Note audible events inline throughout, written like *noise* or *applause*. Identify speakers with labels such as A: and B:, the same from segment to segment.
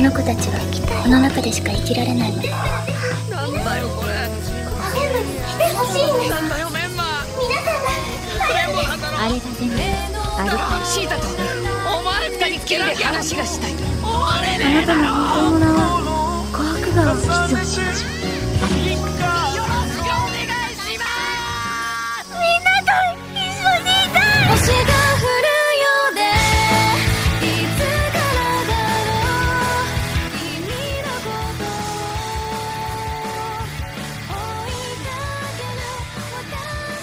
A: の子たちはこの中でしか生きられないの
B: なんだよこれ
C: 来てほしいんです
B: なんだよメンマ
C: 皆さんが
B: レモンなんだろ
A: あれが全部あれ
B: あシータとお前二人っきりで話がしたい終われ
A: あな
B: ね
A: たの本当の名は琥珀川をキスをしましょう
B: えよろしくお願いします
C: みんなと一緒にいたい星が降るようでいつからだろう君のこと追いか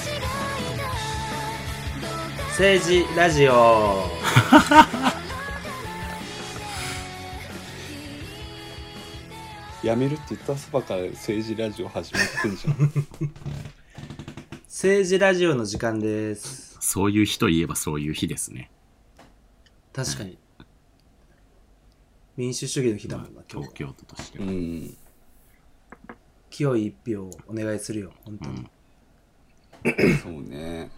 C: ける私がいたどうか
D: 政治ラジオ
E: やめるって言ったそばから政治ラジオ始まってんじゃん
D: 政治ラジオの時間です
F: そういう日といえばそういう日ですね。
D: 確かに民主主義の日だもんな今
F: 東
D: 日
F: 京都として
E: う
F: は。
E: ん
D: 清い一票をお願いするよ本当に、
F: うん
E: そうね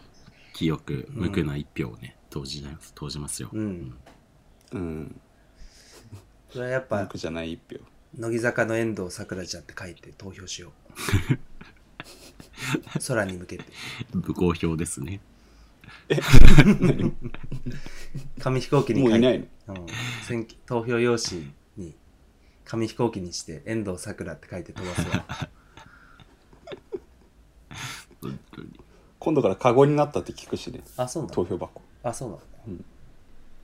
F: 清く無垢な一票をね、投じます投じますよ。
D: うん
E: うん
D: それはやっぱ
E: 僕じゃない一票
D: 乃木坂の遠藤さくらちゃんって書いて投票しよ
E: *laughs*
D: う空に向けて
F: 無効票ですね。
D: 紙飛行機に
E: もう
D: 書
E: い
D: い
E: な
D: て
E: いの
D: うん選挙投票用紙に紙飛行機にして遠藤さくらって書いて飛ばす
E: *laughs*
D: わ
F: 本当に
E: 今度からカゴになったって聞くしね
D: あそうな
E: 投
D: の
E: 票箱
D: あそうなの、
E: うん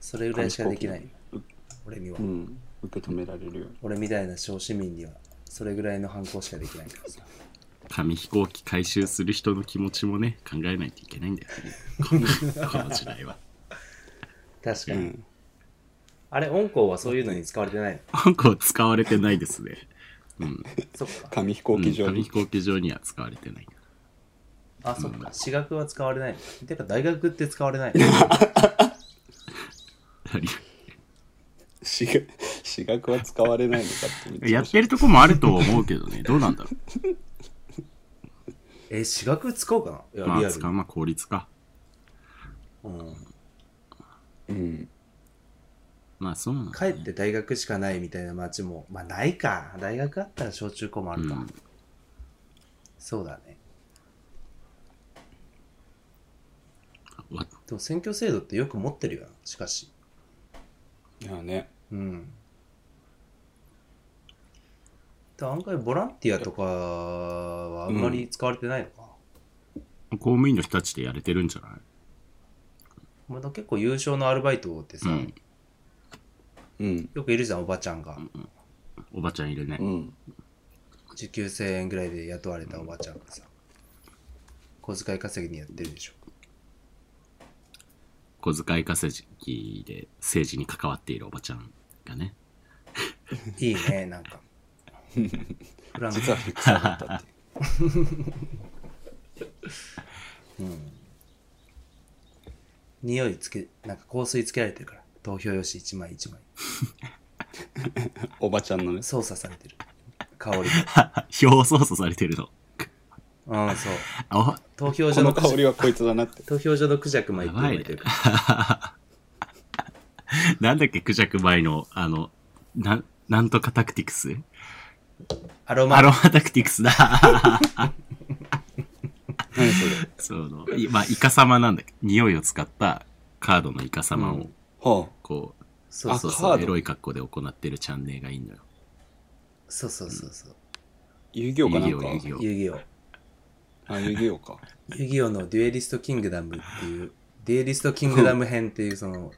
D: それぐらいしかできない俺には、
E: うん受け止められるように
D: 俺みたいな小市民にはそれぐらいの反抗しかできないからさ
F: 紙飛行機回収する人の気持ちもね、考えないといけないんだよね。このこの時代は。
D: 確か
E: う
D: に、
E: ん
D: あれ音校はそういうのに使われてないの
F: 香港使われてないですね。うん。
D: そっか
E: 紙飛行機場
F: うん紙
E: に
F: 飛行機場には使われてない。
D: あそっか
F: うん
D: 私学は使われないのてか大学って使われないの
F: あり
E: 私学私学は使われないのかって見
F: やってるとこもあると思うけどね、どうなんだろ。
D: え私学使おうかないうや
F: ま
D: リアル
F: あ、
D: に、
F: 使う、まあ、効率か。
D: うん、
E: うん
F: まあ、そうなんだ
D: 帰
F: ね、
D: って大学しかないみたいな街もまあないか大学あったら小中高もあるか、
F: うん
D: そうだね
F: わ
D: でも選挙制度ってよく持ってるよなしかし
E: いやね
D: うんで案外ボランティアとかはあんまり使われてないのかな、
F: 公務員の人たちでやれてるんじゃない
D: お前だ結構優勝のアルバイトってさ、
F: うん
E: うん
D: よくいるじゃんおばちゃんが、
F: おばちゃんいるね
E: う。ん
D: 時給1000円ぐらいで雇われたおばちゃんがさ小遣い稼ぎにやってるでしょ
F: 小遣い稼ぎで政治に関わっているおばちゃんが *laughs* ね。
D: いいねなんかフランク
E: 実はフィクサーだったっていう
D: 匂いつけなんか香水つけられてるから投票用紙一枚一枚
E: おばちゃんのね
D: 操作されてる香り
F: 票操作されてるの。
D: がうんそう
F: あ、
D: 投票
E: こ
D: 所
E: の
D: の
E: 香りはこいつだなって
D: 投票所のクジャク巻いて
F: やばいね
D: 巻いてる
F: なんだっけ、クジャク前の、あの、なん、なんとかタクティクス
D: アロマ
F: アロマタクティクスだ。
E: 何それ
F: その、いまあ、イカ様なんだけど、匂いを使ったカードのイカ様
D: う
F: を
D: ん、
E: は
F: こう、
D: そう
F: そう
E: カ
F: そ
E: ー
F: う、
E: ド
F: エロい格好で行ってるチャンネルがいいんだよ。
D: そうそうそうそう
E: あ遊戯王かなんか
F: 遊戯王
D: 遊戯王
E: あ遊戯王か
D: 遊戯王のデュエリストキングダムっていう、デュエリストキングダム編っていう、その、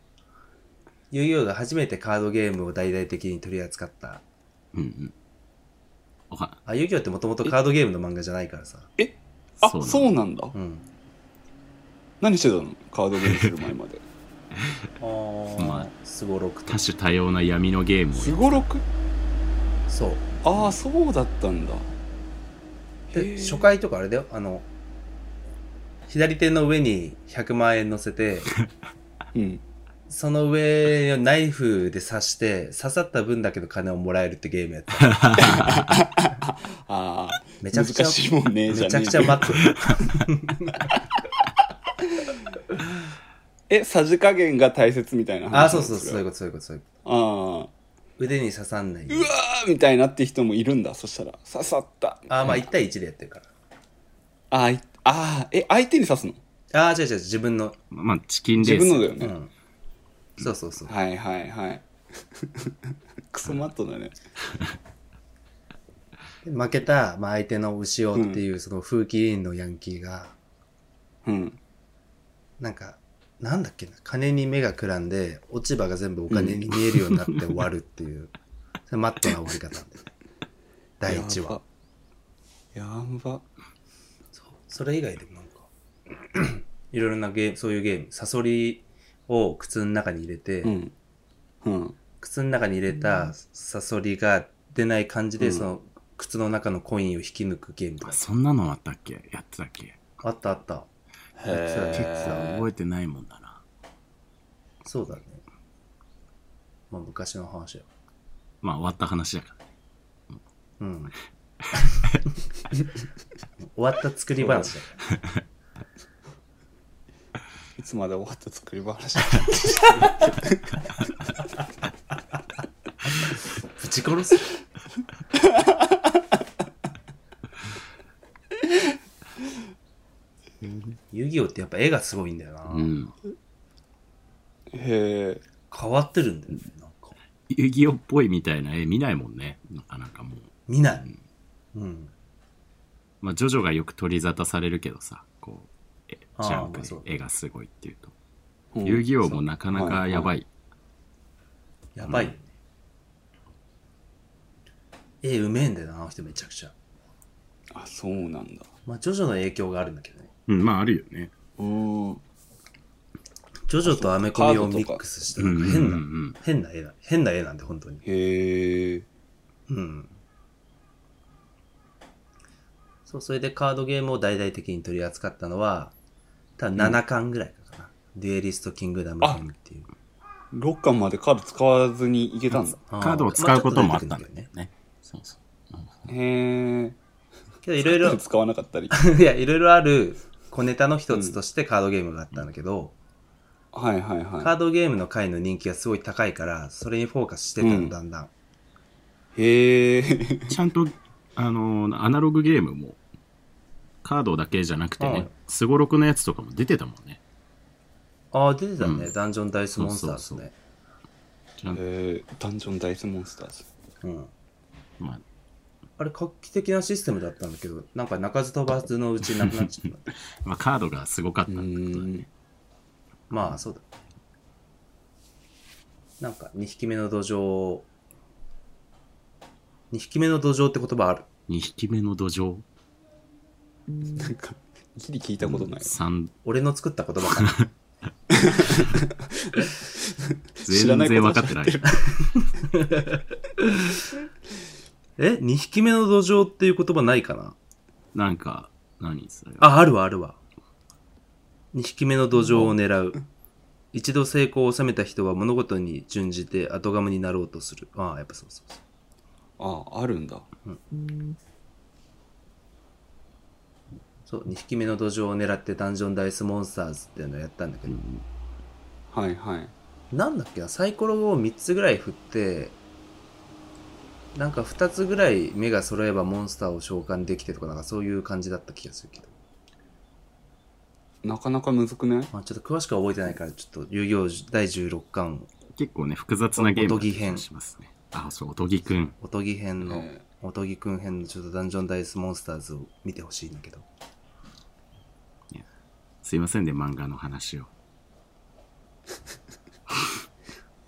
D: 遊戯王が初めてカードゲームを大々的に取り扱った。
F: うんうん。おは、
D: あ、遊戯王ってもともとカードゲームの漫画じゃないからさ。
E: あ
F: そうなの
E: そうなんだ
D: うん。
E: 何してたのカードゲームする前まで
D: あ
F: まあ
D: すごろくと
F: 多。種多様な闇のゲームを
E: すごろく
D: そう。
E: ああそうだったんだへ
D: で、
E: ー
D: 初回とかあれだよ、あの、左手の上に100万円乗せ
E: *laughs*
D: て、
E: うん
D: その上をナイフで刺して、刺さった分だけの金をもらえるってゲームやった。
E: ああ
D: めちゃく
E: 難
D: ちゃ、
E: しいもんね
D: め
E: じゃね
D: ちゃくちゃマット。
E: えさじ加減が大切みたいな話
D: あ、そうそう、そういう
E: う
D: こと、そういうこと、そういうこ
E: ああ
D: と。腕に刺さんない。
E: うわーみたいなって人もいるんだそしたら刺さった
D: あー、まあ1対1でやってるから。
E: あーいあーえ相手に刺すの
D: ああ、違う違う、自分の。
F: まあ、チキン
E: 自
F: レース。
E: 分のだよ
D: う
E: ね、
D: ん。そうそうそう。
E: はいはいはい *laughs* クソマットだね
D: で負けた、まあ、相手の牛尾っていう、その風紀委員のヤンキーが、
E: うん
D: なんか、なんだっけな、金に目がくらんで、落ち葉が全部お金に見えるようになって終わるって *laughs* いう、それマットな終わり方なんだよね第一話。
E: やばやば
D: それ以外でもなんか、 *clears throat* いろいろなゲーム、そういうゲーム、サソリを靴の中に入れて、
E: うんうん
D: 靴の中に入れたサソリが出ない感じで、その、靴の中のコインを引き抜くゲームと
F: あ
D: か、
F: そんなのあったっけやってたっけ
D: あったあった。
F: 結構覚えてないもんだな。
D: そうだね。まあ、昔の話よ。
F: まあ、終わった話だから。
D: *laughs* うん。終わった作り話だよ
E: いつまで終わった作り話 *laughs*
D: ぶち殺 *laughs* す遊戯王ってやっぱ絵がすごいんだよな、
F: うん。
E: へえ
D: 変わってるんだよねなんか
F: 遊戯王っぽいみたいな絵見ないもんね。なかなかもう。
D: 見ないうん
F: まあ、ジョジョがよく取り沙汰されるけどさ、こう、え
D: あー
F: ジャンプ
D: まあそう
F: で絵がすごいっていうと。
E: うん
F: 遊戯王もなかなかやばい。
D: やばいよね、絵うめえんだよなあの人めちゃくちゃ
E: あそうなんだ
D: まあジョジョの影響があるんだけどね
F: うん、まあ、あるよね。
E: うん
D: ジョジョとアメコミをミックスしたなんか変な、
F: うんうんうん
D: 変な絵だ変な絵なんで本当に
E: へえ
D: うんそう、それでカードゲームを大々的に取り扱ったのは、多分7巻ぐらいかな。デュエリスト・キングダム編っていう。
E: 6巻までカード使わずにいけたんだ
D: あ
F: カードを使うこともあったんだよ
D: まちょ
F: ね。ねそうそう。
E: へえ
D: と出てくるけどねけどいろいろ、
E: 使わなかった *laughs* り
D: いや、いろいろある小ネタの一つとしてカードゲームがあったんだけど、
E: はいはいはい
D: カードゲームの回の人気がすごい高いから、それにフォーカスしてた
E: うん
D: の、だんだん。
E: へえ。
F: ちゃんと、あのーアナログゲームも、カードだけじゃなくて
D: は
F: ね
D: い、
F: すごろくのやつとかも出てたもんね。
D: ああ、出てたね、
F: うん
D: ダンジョン・ダイス・モンスターズ
F: そうそう
D: ね。
F: ちゃんと、
E: えー、ダンジョンダイスモンスターズ。
D: うん。
F: まあ、
D: あれ、画期的なシステムだったんだけど、なんか鳴かず飛ばずのうちなくなっちゃった。
F: *laughs* まあ、カードがすごかった
E: う
F: ってことだね
E: ん。。
D: まあそうだねなんか2匹目の土壌2匹目の土壌って言葉ある
F: 2匹目の土壌
E: なんか、ギリ聞いたことない。
F: 三
D: 俺の作った言葉
F: *laughs*
D: かな
E: 知ら
F: 全
E: ないこと
F: 然
E: を
F: 分かってない。
E: 知っ
D: え2匹目の土壌っていう言葉ないかな
F: なんか、何それ。
D: ああるわあるわ2匹目の土壌を狙う一度成功を収めた人は物事に準じて後釜になろうとするああやっぱそうそうそう
E: あ、あるんだ。
D: そう2匹目の土壌を狙ってダンジョンダイスモンスターズっていうのをやったんだけど、
E: はいはい。
D: なんだっけな、サイコロを3つぐらい振って、なんか2つぐらい目が揃えばモンスターを召喚できてとか、なんかそういう感じだった気がするけど。
E: なかなかむずくね。
D: まあちょっと詳しくは覚えてないから、ちょっと遊戯王第16巻、
F: 結構ね、複雑なゲーム
D: おとぎ編
F: だったりしますね。あ、そう、おとぎくん。
D: おとぎ編の
E: え、
D: おとぎくん編のちょっとダンジョンダイスモンスターズを見てほしいんだけど。
F: すいませんね、漫画の話を。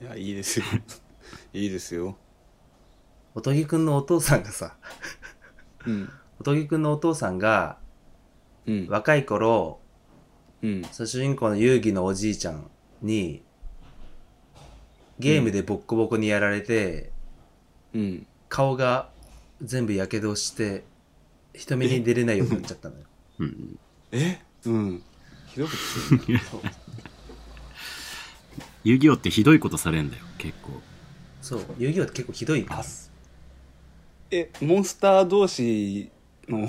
E: いや、いいですよ。 *laughs* いいですよ。
D: おとぎくんのお父さんがさ、
E: うん。
D: おとぎくんのお父さんが
E: うん。
D: 若い頃、
E: うん。
D: その主人公の遊戯のおじいちゃんに、ゲームでボッコボコにやられて、
E: うん。
D: 顔が全部やけどして人目に出れないようになっちゃったの
E: *laughs*
D: よ
F: うん。
E: えうん。ひどくて、ね。そう
F: 遊戯王ってひどいことされんだよ、結構。
D: そう遊戯王って結構ひどい
E: あすえ、モンスター同士の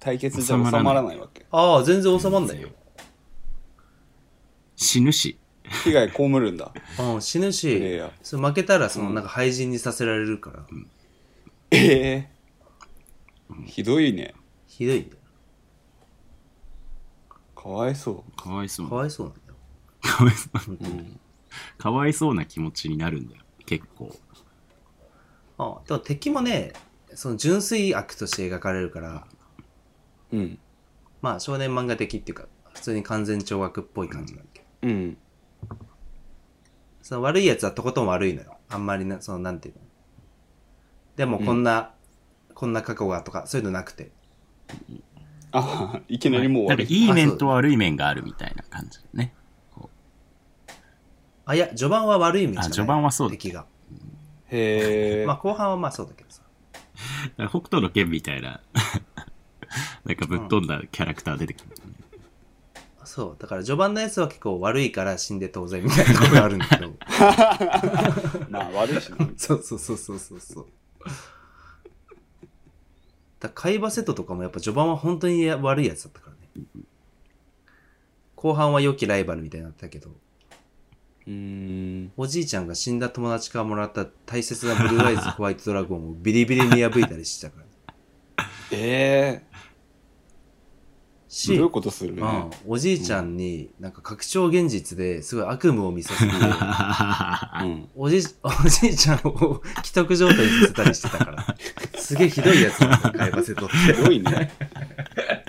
E: 対決じゃ収まらないわけ。
D: ああ全然収まんないよ
F: 死ぬし。
E: 被害被るんだ。
D: うん、死ぬ
E: いやい
D: し
E: や、
D: そう負けたらそのなんか廃人にさせられるから、
E: ええ *laughs* ひどいね。
D: ひどいんだよ。
E: かわいそ
F: かわいそう
D: かわいそうなんだよ。
F: かわいそう
E: う。うん。
F: かわいそうな気持ちになるんだよ結構
D: あでも敵もね、その純粋悪として描かれるから、
E: うん。
D: まあ少年漫画的っていうか、普通に完全懲悪っぽい感じなんだけど、
E: うん。
D: その悪いやつはとことん悪いのよ。あんまりな、そのなんていうの。でもこんな、こんな過去がとか、そういうのなくて。
E: あ、 *laughs* いきなりもう
F: なん
E: 悪
F: か
E: い。
F: いい面と悪い面があるみたいな感じだね
D: あ、いや、序盤は悪い面じゃない
F: あ序盤はそうだ
D: 敵が。 *laughs*
E: へえ
D: まあ。後半はまあそうだけどさ。
F: だから北斗の剣みたいな *laughs* なんかぶっ飛んだキャラクター出てくる、
D: そう、だから序盤のやつは結構悪いから死んで当然みたいなところあるんだけ
F: *laughs*
D: ど。
E: まあ悪いしな。
D: *laughs* そうそうそうそうそうそう。だ海馬セットとかもやっぱ序盤は本当に悪いやつだったからね。後半は良きライバルみたいになってたけど、
E: うーん。
D: おじいちゃんが死んだ友達からもらった大切なブルーアイズホワイトドラゴンをビリビリに破いたりしてたから、ね、
E: ええ
D: し
E: ひどいことする
D: う
E: ね
D: ん。、おじいちゃんになんか拡張現実ですごい悪夢を見させて、
E: うん。
D: おじい、おじいちゃんを既得状態にさせたりしてたから。すげえひどいやつなんだよ、海馬セットって。
E: *laughs* ひどいね。
D: *laughs*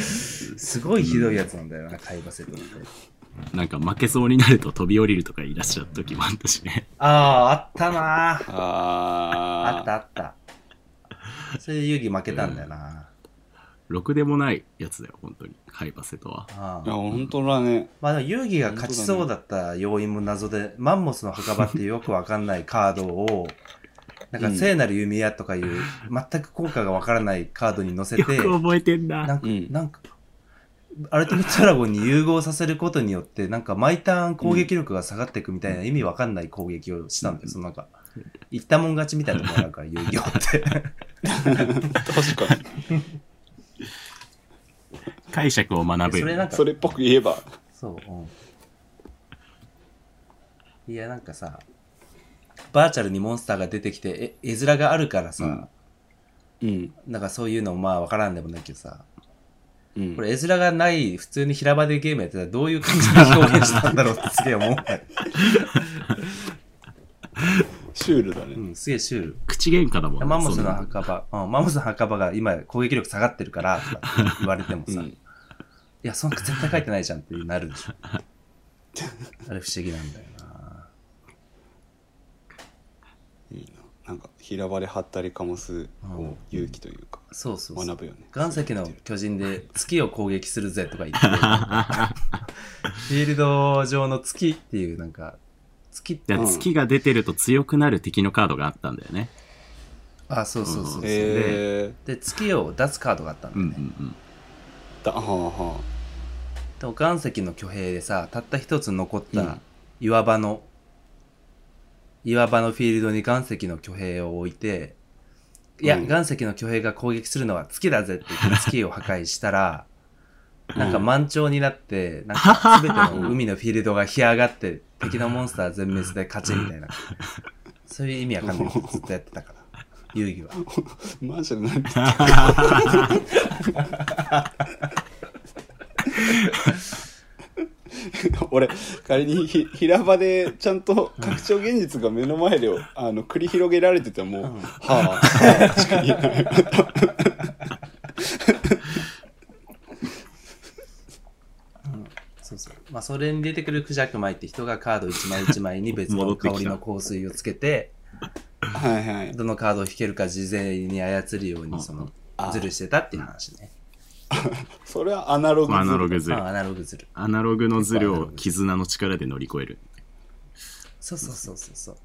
D: すごいひどいやつなんだよな、海馬セットって。
F: なんか負けそうになると飛び降りるとか言い出しちゃう時もあったしね *laughs*
D: ああ、あったなあ
E: ああ。
D: ったあった。それで遊戯負けたんだよな。
F: ろくでもないやつだよ本当にハイバセと
D: *laughs*
F: は
D: あ
E: いや、
D: あ
E: 本当だね。
D: まあでも遊戯が勝ちそうだった要因も謎で、マンモスの墓場っていうよくわかんないカードを、なんか聖なる弓矢とかいう、全く効果がわからないカードに乗せて
F: よ、く覚えてん
D: な
F: なん
D: か、
E: うん
D: なんか、アルティメットドラゴンに融合させることによって、なんか毎ターン攻撃力が下がっていくみたいな意味わかんない攻撃をしたんだよ。そのなんか、言ったもん勝ちみたいなのもあるから、遊戯 *laughs* 王って。
E: 確
D: *laughs*
E: かに。
F: 解釈を学ぶ
D: それ
F: よ
D: なん
F: ね
D: か、
E: それっぽく言えば。
D: そう、うん。いや、なんかさ、バーチャルにモンスターが出てきて、え絵面があるからさ、
E: うん。
D: なんかそういうのもまあわからんでもないけどさ、
E: うん
D: こ。れ絵面がない、普通に平場でゲームやってたらどういう感じで表現したんだろうってすげえ思う。
E: シュールだね
D: う。ん、すげえシュール。
F: 口喧嘩だもんね
D: マンモス
F: そん
D: の
F: なの
D: 墓場、うん、マンモスの墓場が今攻撃力下がってるからとか言われても
E: う
D: さ、い
E: ん。
D: や、そんな絶対書いてないじゃんってなるでしょ。あれ不思議なんだよな。
E: いいな。なんか、平場で張ったりかます、こう、勇気というか、
D: そうそうそう
E: 学ぶよね。
D: 岩石の巨人で月を攻撃するぜとか言って、フィールド上の月っていうなんか、月って
F: だ、から月が出てると強くなる敵のカードがあったんだよね。
D: あ、そうそうそうそう、で。
E: へえ。
D: で、月を出すカードがあったんだ
F: う
D: よ
F: ん
D: ね。
F: うん
E: だはあはあ。
D: でも岩石の巨兵でさたった一つ残っ
E: うん
D: た岩場の、岩場のフィールドに岩石の巨兵を置いていや、
E: うん
D: 岩石の巨兵が攻撃するのは月だぜって言
E: *laughs*
D: って月を破壊したら、なんか満潮になってなんか全ての海のフィールドが干上がって敵のモンスター全滅で勝ちみたいなそういう意味わかんないことずっとやってたから遊戯は
E: マジで何俺仮にひ平場でちゃんと拡張現実が目の前であの繰り広げられてても、はあ、はあ、しか言えない
D: そうそう。まあ、それに出てくるクジャクマイって人がカード1枚1枚に別
F: 戻
D: の
F: っ
D: 香
F: てきた
D: りの香水をつけて、
E: はいはい
D: どのカードを引けるか事前に操るように、その
E: あ、
D: ズルしてたっていう話ね。
E: それはアナロ
F: う
E: グ
F: ん。アナログズル
D: ま。あ、アナログズル。
F: アナログのズルを絆の力で乗り越える。
D: そうそうそうそうそう。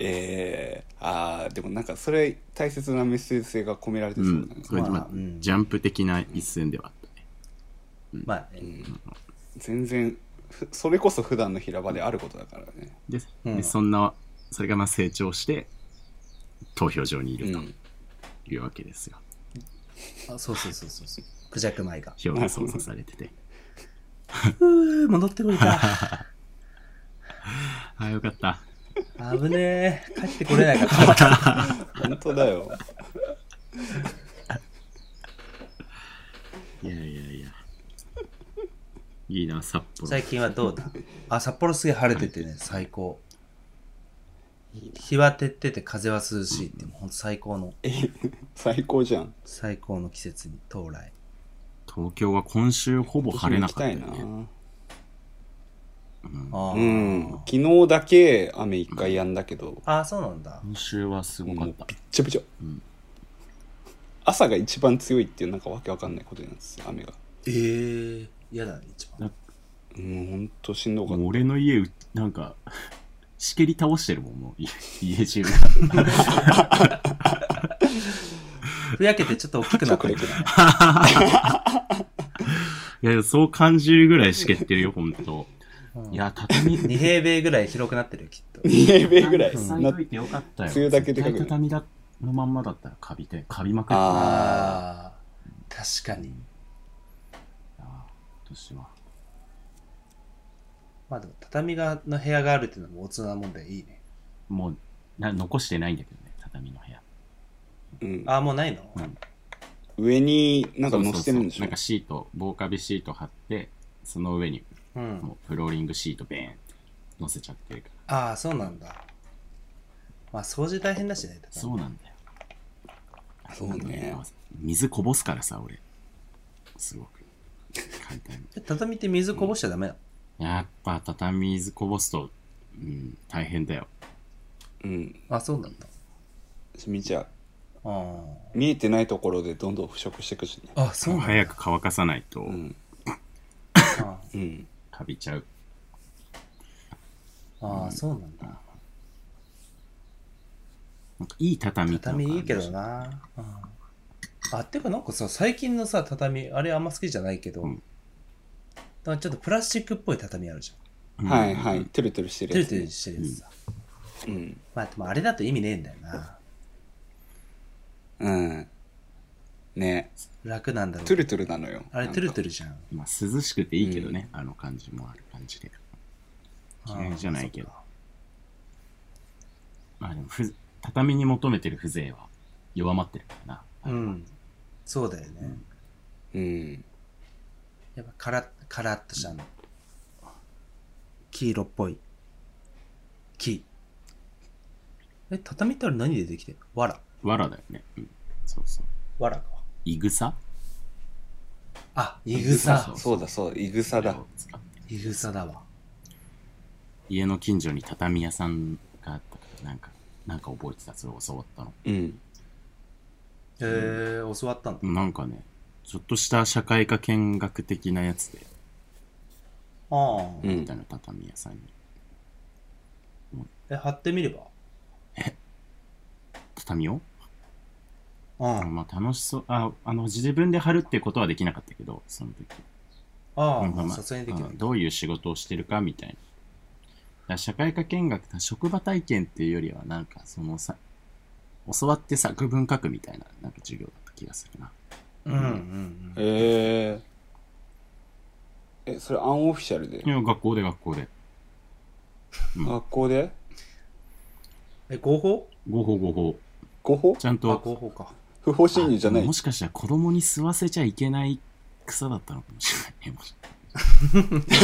E: えー、あーでもなんかそれ大切なメッセージ性が込められて
F: う
E: そうだね、
F: ん。これ、まあ
D: うん
F: ジャンプ的な一戦ではあったね。
D: まあね、
E: 全然ふそれこそ普段の平場であることだからね
F: で、
D: うん
F: でそんな、それがまあ成長して、投票場にいる
E: う
F: と
E: ん
F: いうわけですよ。
D: あそうそうそうそうそう。クジャクマイが。
F: 票が操作されてて。
D: ふー、戻ってこいた。
F: ああ、よかった。
D: 危ねえ。帰ってこれないかった。
E: 本当だよ
F: いやいやいや。いいな、札幌
D: 最。近はどうだあ、札幌すげえ晴れててね、最高。日は照ってて風は涼しいって、もうほんと最高の、
E: 最高じゃん
D: 最高の季節に到来。
F: 東京は今週ほぼ晴れなかったよ
E: 行き
F: ね。
D: あ
E: たいな
D: ー
E: うん昨日だけ雨一回やんだけど
D: あー、そうなんだ。
F: 今週はすごか
E: も
F: っ
E: う
F: た
E: び。っちょびちょ、朝が一番強いっていうなんかわけわかんないことなんです雨が
D: ええー、嫌だね、一番。
E: うんほんとしんどかっ
F: もう俺の家、うなんか、しけり倒してるもん、もう、 *laughs* い家中が。
D: ふやけてちょっと大きくな
E: たそ
D: った
E: こで。くらい
F: いや、そう感じるぐらいしけってるよ、ほんと。いや、畳、
D: 2平米ぐらい広くなってるよ、きっと。
E: 2平米ぐらい
F: 咲いといてよかったよ。
E: 梅雨だけでかく
F: 絶対畳だのまんまだったらカビて、カビまくって
E: あ
F: た
D: ああ、確かに。
F: 今年は。
D: まあでも、畳がの部屋があるっていうのも大人なもんでいいね。
F: もうな、残してないんだけどね、畳の部屋。
E: うん、
D: ああ、もうないの、
E: 上になんか乗せてるんでし
F: そうそうそうな
E: ょ
F: んかシート、防カビシート貼って、その上に
D: うん、
F: もうフローリングシートベーンって乗せちゃってるから。
D: ああ、そうなんだ。まあ、掃除大変だしね。畳
F: そうなんだよ。
E: そうね
F: 水こぼすからさ、俺。すごく。簡単
E: *laughs*
F: に。
D: で畳って水こぼしちゃダメなの、
F: やっぱ畳水こぼすと、うん、大変だよ。
E: うん
D: あ、そうなんだ。
E: みちゃ
D: あ
E: 見えてないところでどんどん腐食していくしね
D: あ。あ、そうなんだ。
F: 早く乾かさないと
E: う、ん
D: あ
E: うん
F: カビちゃう。
D: あああ、そうなんだ。
F: なんかいい畳ってのが
D: 畳いいけどな。うんあ、っていうかなんかさ、最近のさ、畳、あれあんま好きじゃないけど、
F: うん
D: なんかちょっとプラスチックっぽい畳あるじゃん。
F: うん
E: はいはいてるてるして
D: てる
E: るやつ
D: て
E: ね、
D: るしてるやつさ。
E: うん
D: まあ、でもあれだと意味ねえんだよな。
E: うんね
D: 楽なんだろう
E: トゥ
D: けど。
E: ルトゥルなのよ
D: あれ、トゥルトゥルじゃん。
F: まあ、涼しくていいけどね、あの感じもある感じで。嫌いじゃないけど。まあでもふ、畳に求めてる風情は弱まってるからな。
D: うん。そうだよね。
E: うん
D: やっぱカラッ、カラッとしたあの、黄色っぽい木。え、畳ってあれ何でできてるの藁。
F: わらだよね。うん。そうそう。
D: 藁か。
F: いぐさ
D: あ、いぐさ。
E: そうだそうだいぐさだ
F: 使って
D: いぐさだわ。
F: 家の近所に畳屋さんがあったから、なんか、なんか覚えてた、それ教わったの。
E: うん
D: へえー、教わったんだ。
F: なんかね、ちょっとした社会科見学的なやつで、
D: ああ。
E: う
F: み
E: ん
F: たいな畳屋さんに、
D: え、貼ってみれば
F: 畳を
D: うん。
F: あまあ楽しそう、あ、あの、自分で貼るってことはできなかったけど、その時。
D: あ
F: まあ
D: あ、
F: まあ
D: さすがにできな
F: う
D: い
F: ん。どういう仕事をしてるかみたいな。だから社会科見学、職場体験っていうよりは、なんかそのさ、教わって作文書くみたいな、なんか授業だった気がするな。
D: うんうんうん。
E: えー、えそれアンオフィシャルで
F: いや、学校で学校で。
E: 学校で
D: え、合法
F: 合法合法。
E: 合法
F: ちゃん
D: あ、
F: と。
D: 合法か。
E: 不法侵入じゃな
F: あ
E: い
F: もしかしたら子供に吸わせちゃいけない草だったのかもしれない。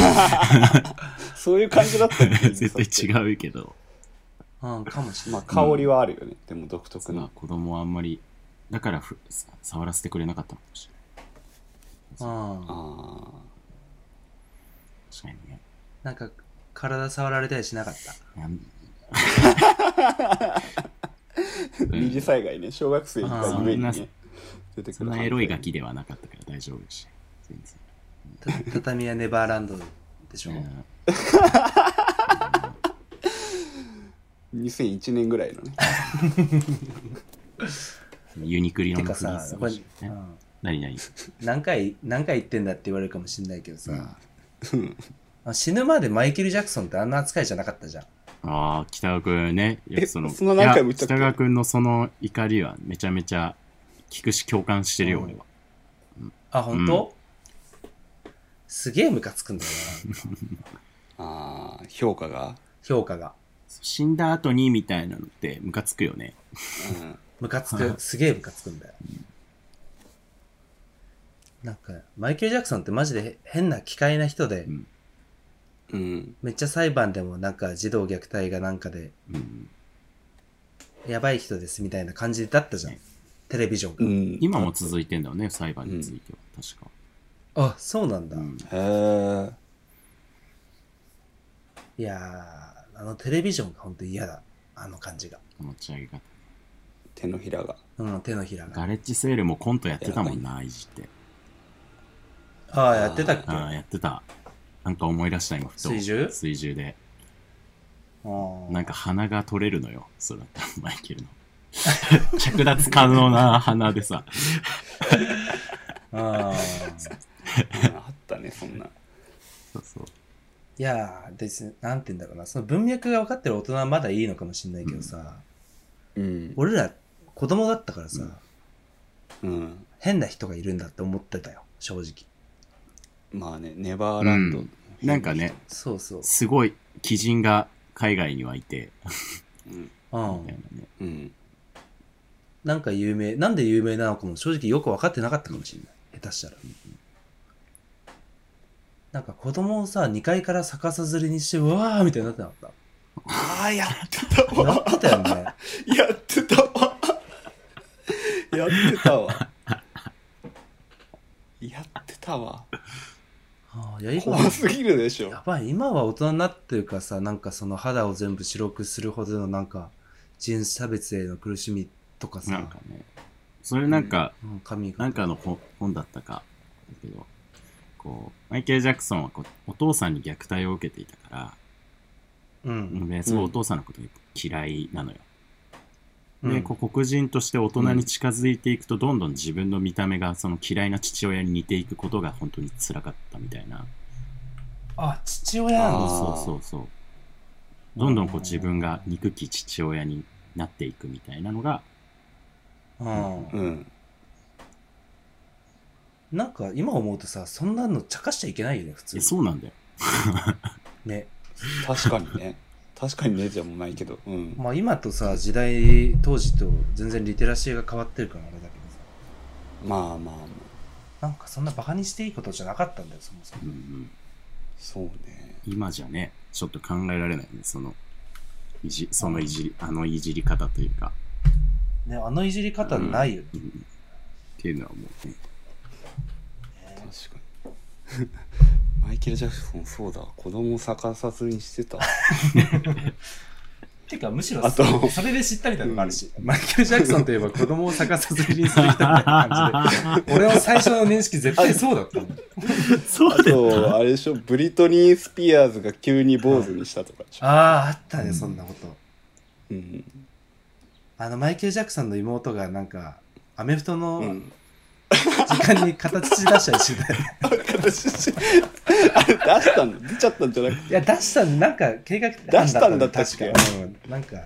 E: そういう感じだった
F: *laughs*
E: よね
F: 絶対違うけど。
D: うん、かもしれ
E: ま
D: な
E: あ
D: い。
E: 香りはあるよね、でも独特
F: まあ
E: な
F: 子供はあんまり、だからふさ触らせてくれなかったのかもしれない。
D: うん。
E: あ
F: 確かにね。
D: なんか、体触られたりしなかった。
F: な
E: ー
F: ん
E: 二次災害ね小学生一回上に
F: あ
E: ね
F: ーそ
E: 出
F: んな
E: て
F: そ
E: く
F: ん
E: る
F: なエロいガキではなかったから大丈夫でした。全然。
D: た畳やネバーランドでしょ。
E: 2001年ぐらいのね
F: ユニクリの
D: て
F: フリ
D: か
F: ー
D: さ
F: ス、
D: こ
F: 欲
D: れ、
F: しいね
D: うん
F: 何何
D: 何回、何回言ってんだって言われるかもしれないけどさ、あ死ぬまでマイケル・ジャクソンってあんな扱いじゃなかったじゃん。
F: ああ、北川くんね。いや
E: えそんな何回も言っちゃった
F: いや北川くんのその怒りはめちゃめちゃ聞くし共感してるよ、俺は。
D: あ、本当、
F: *laughs*
D: すげえムカつくんだよ
E: ああ評価が
D: 評価が。
F: 死んだ後にみたいなのってムカつくよね。
E: うん
D: ムカつく。すげえムカつくんだよ。なんか、マイケル・ジャクソンってマジで変な機械な人で、
F: うん
E: うん
D: めっちゃ裁判でもなんか児童虐待がなんかで、
F: うん、
D: やばい人ですみたいな感じだったじゃん。テレビジョン
E: う
D: が。
E: ん
F: 今も続いてんだよね、裁判については。確か。
D: あ、そうなんだ。
F: うん
E: へえ
D: いやー、あのテレビジョンがほんと嫌だ。あの感じが。
F: 持ち上げ方。
E: 手のひら
F: *laughs*
E: が
D: うん、手のひらが。
F: ガレッジセールもコントやってたもんな、いじって。
D: ああ、やってたっけ
F: ああ、やってた。なんか思い出した今、ふと。
D: 水獣
F: 水獣で。
D: うん
F: なんか鼻が取れるのよ。それだったマイケルの。 *laughs* 着脱可能な鼻でさ。
D: あー
E: うんあったねそんな
F: そうそう。
D: いやー、です、なんて言うんだろうな、その文脈が分かってる大人はまだいいのかもしれないけどさ、
E: うん
D: 俺ら子供だったからさ、
E: うん
D: 変な人がいるんだって思ってたよ、正直。
E: まあねネバーランド
F: うんなんかね、
D: そうそう。
F: すごい、鬼人が海外にはいて、
E: うん
D: うん
F: みたい。なね。
E: うん
D: なんか有名、なんで有名なのかも正直よく分かってなかったかもしれない。下手したら。なんか子供をさ、2階から逆さずりにして、うわーみたいになってなかっ
E: ああやってた
D: た。なってたよね。
E: *laughs*
D: *laughs*
E: やってたわ。やってたわ。やってたわ。
D: あーいや、いいこと
E: 怖すぎるでしょ。
D: やばい、今は大人になってるからさ、なんかその肌を全部白くするほどのなんか、人種差別への苦しみとかさ、
F: なんかね。それなんか、
D: うん髪が。
F: なんかの本本だったか、だけど、こう、マイケル・ジャクソンはこうお父さんに虐待を受けていたから、
D: う。
F: もうんね、すごいお父さんのことが嫌いなのよ。
D: うん
F: で、こう黒人として大人に近づいていくと、どんどん自分の見た目がその嫌いな父親に似ていくことが本当に辛かったみたいな。
D: あ、父親なん
E: あ
D: だ。
E: ー
F: そうそうそう。どんどんこう自分が憎き父親になっていくみたいなのが、
D: うん
E: うん。
D: なんか今思うとさ、そんなの茶化しちゃいけないよね、普通
F: いや。そうなんだよ。
D: ね。
E: 確かにね。確かにねじゃもうないけど。うん。
D: まあ今とさ、時代、当時と全然リテラシーが変わってるからあれだけどさ、
E: まあまあまあ。
D: なんかそんなバカにしていいことじゃなかったんだよ、そもそも
F: うん。うん
E: そうね。
F: 今じゃね、ちょっと考えられないね、その、いじ、そのいじり、あのいじり方というか、
D: ね、あのいじり方ないよね。
F: うんっていうのはもうね、
E: 確かに。 *laughs* マイケル・ジャクソンそうだ子供を逆さずにしてた
D: てか、むしろ
E: あと
D: それで知ったみたいなのもあるし、マイケル・ジャクソンといえば子供を逆さずりにする人みたいな感じで、俺は最初の認識絶対そうだったもん。
F: そう
E: あとあれでしょブリトニー・スピアーズが急に坊主にしたとかでし
D: *laughs*
E: ょ、
D: ああ、あったね、そんなこと。
E: うん
D: あの、マイケル・ジャクソンの妹がなんか、アメフト
E: う
D: の
E: ん、
D: 時間に形出したりしてたよね。
E: 私あれ出したの出ちゃったんじゃなくて
D: いや、出したん、なんか計画
E: 出したんだったっ
D: 確
E: け
D: か。うん、なんか、出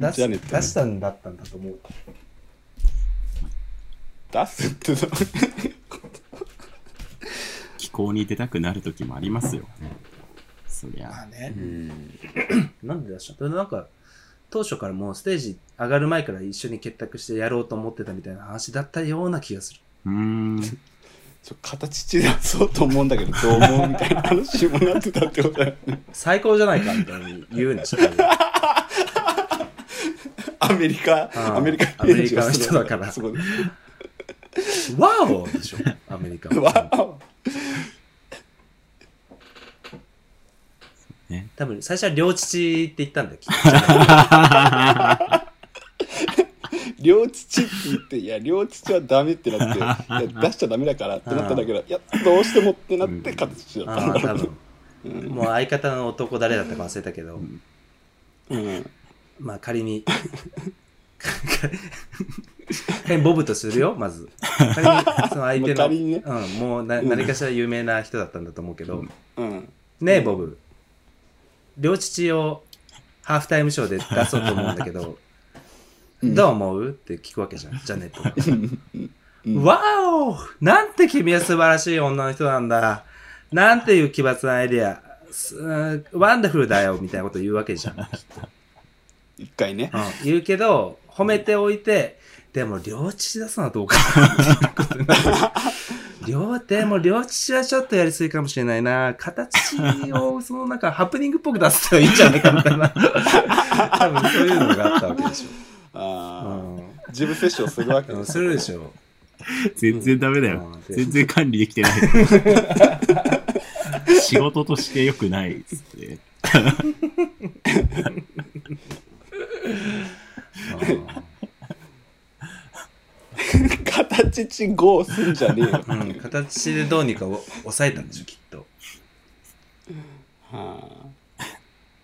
E: じゃ
D: す
E: ね
D: 出
E: えって
D: したんだったんだと思う。
E: 出すってどう
F: 気候に出たくなる時もありますよ。そり
D: まあ
F: ゃ、
D: ね
E: う。ん
D: なんで出したそれでなんか、当初からもうステージ上がる前から一緒に結託してやろうと思ってたみたいな話だったような気がする。
F: うー
D: *laughs*
F: ん、
E: ちょ形違出そうと思うんだけどどう思うみたいな話にもなってたってことだよね
D: 最高じゃないかみたいに言うな、しっかり
E: アメリカ
D: あー
E: アメリカ
D: アメリカの人だから
E: すごい
D: ワーオーでしょ、アメリカ
E: *laughs* わ
D: は。
E: あ
D: 多分、最初は両父って言ったんだよ、きっ
E: 両父って言っていや両父はダメってなっていや出しちゃダメだからってなったんだけどいやどうしてもってなって形
D: と
E: だったん
D: あ
E: だ
D: あ、
E: ろ
D: 多
E: うね
D: 分。もう相方の男誰だったか忘れたけど、
E: うん
D: まあ仮に、仮にボブとするよ、まず。仮に、その相手
E: まあ
D: の、
E: 仮にね
D: うん、もうな何かしら有名な人だったんだと思うけど、
E: うん
D: ねえ、ボブ。両父をハーフタイムショーで出そうと思うんだけど、どう思うって聞くわけ
E: *laughs*
D: じゃん、ジャネットが。わおなんて君は素晴らしい女の人なんだ。なんていう奇抜なアイディア。すワンダフルだよみたいなこと言うわけじゃん。うん、
E: 一回ね。
D: 言うけど、褒めておいて、でも両父出すのはどうか *laughs* な。両、でも両父はちょっとやりすぎかもしれないな。形を、そのなんかハプニングっぽく出すといいんじゃないかみたいな。多分そういうのがあったわけでしょ。う
E: あ
D: ん
E: あ、ジムセッションするわけ
D: う
E: で
D: ん。
E: す。
D: するでしょ。
F: 全然ダメだよ
D: うん。
F: 全然管理できてない。 *laughs* 仕事として良くないっつって。
E: 形ちごうすんじゃねえよって
D: う
E: い
D: ん、
E: う。
D: 形でどうにかお抑えたんでしょ、きっと。
E: は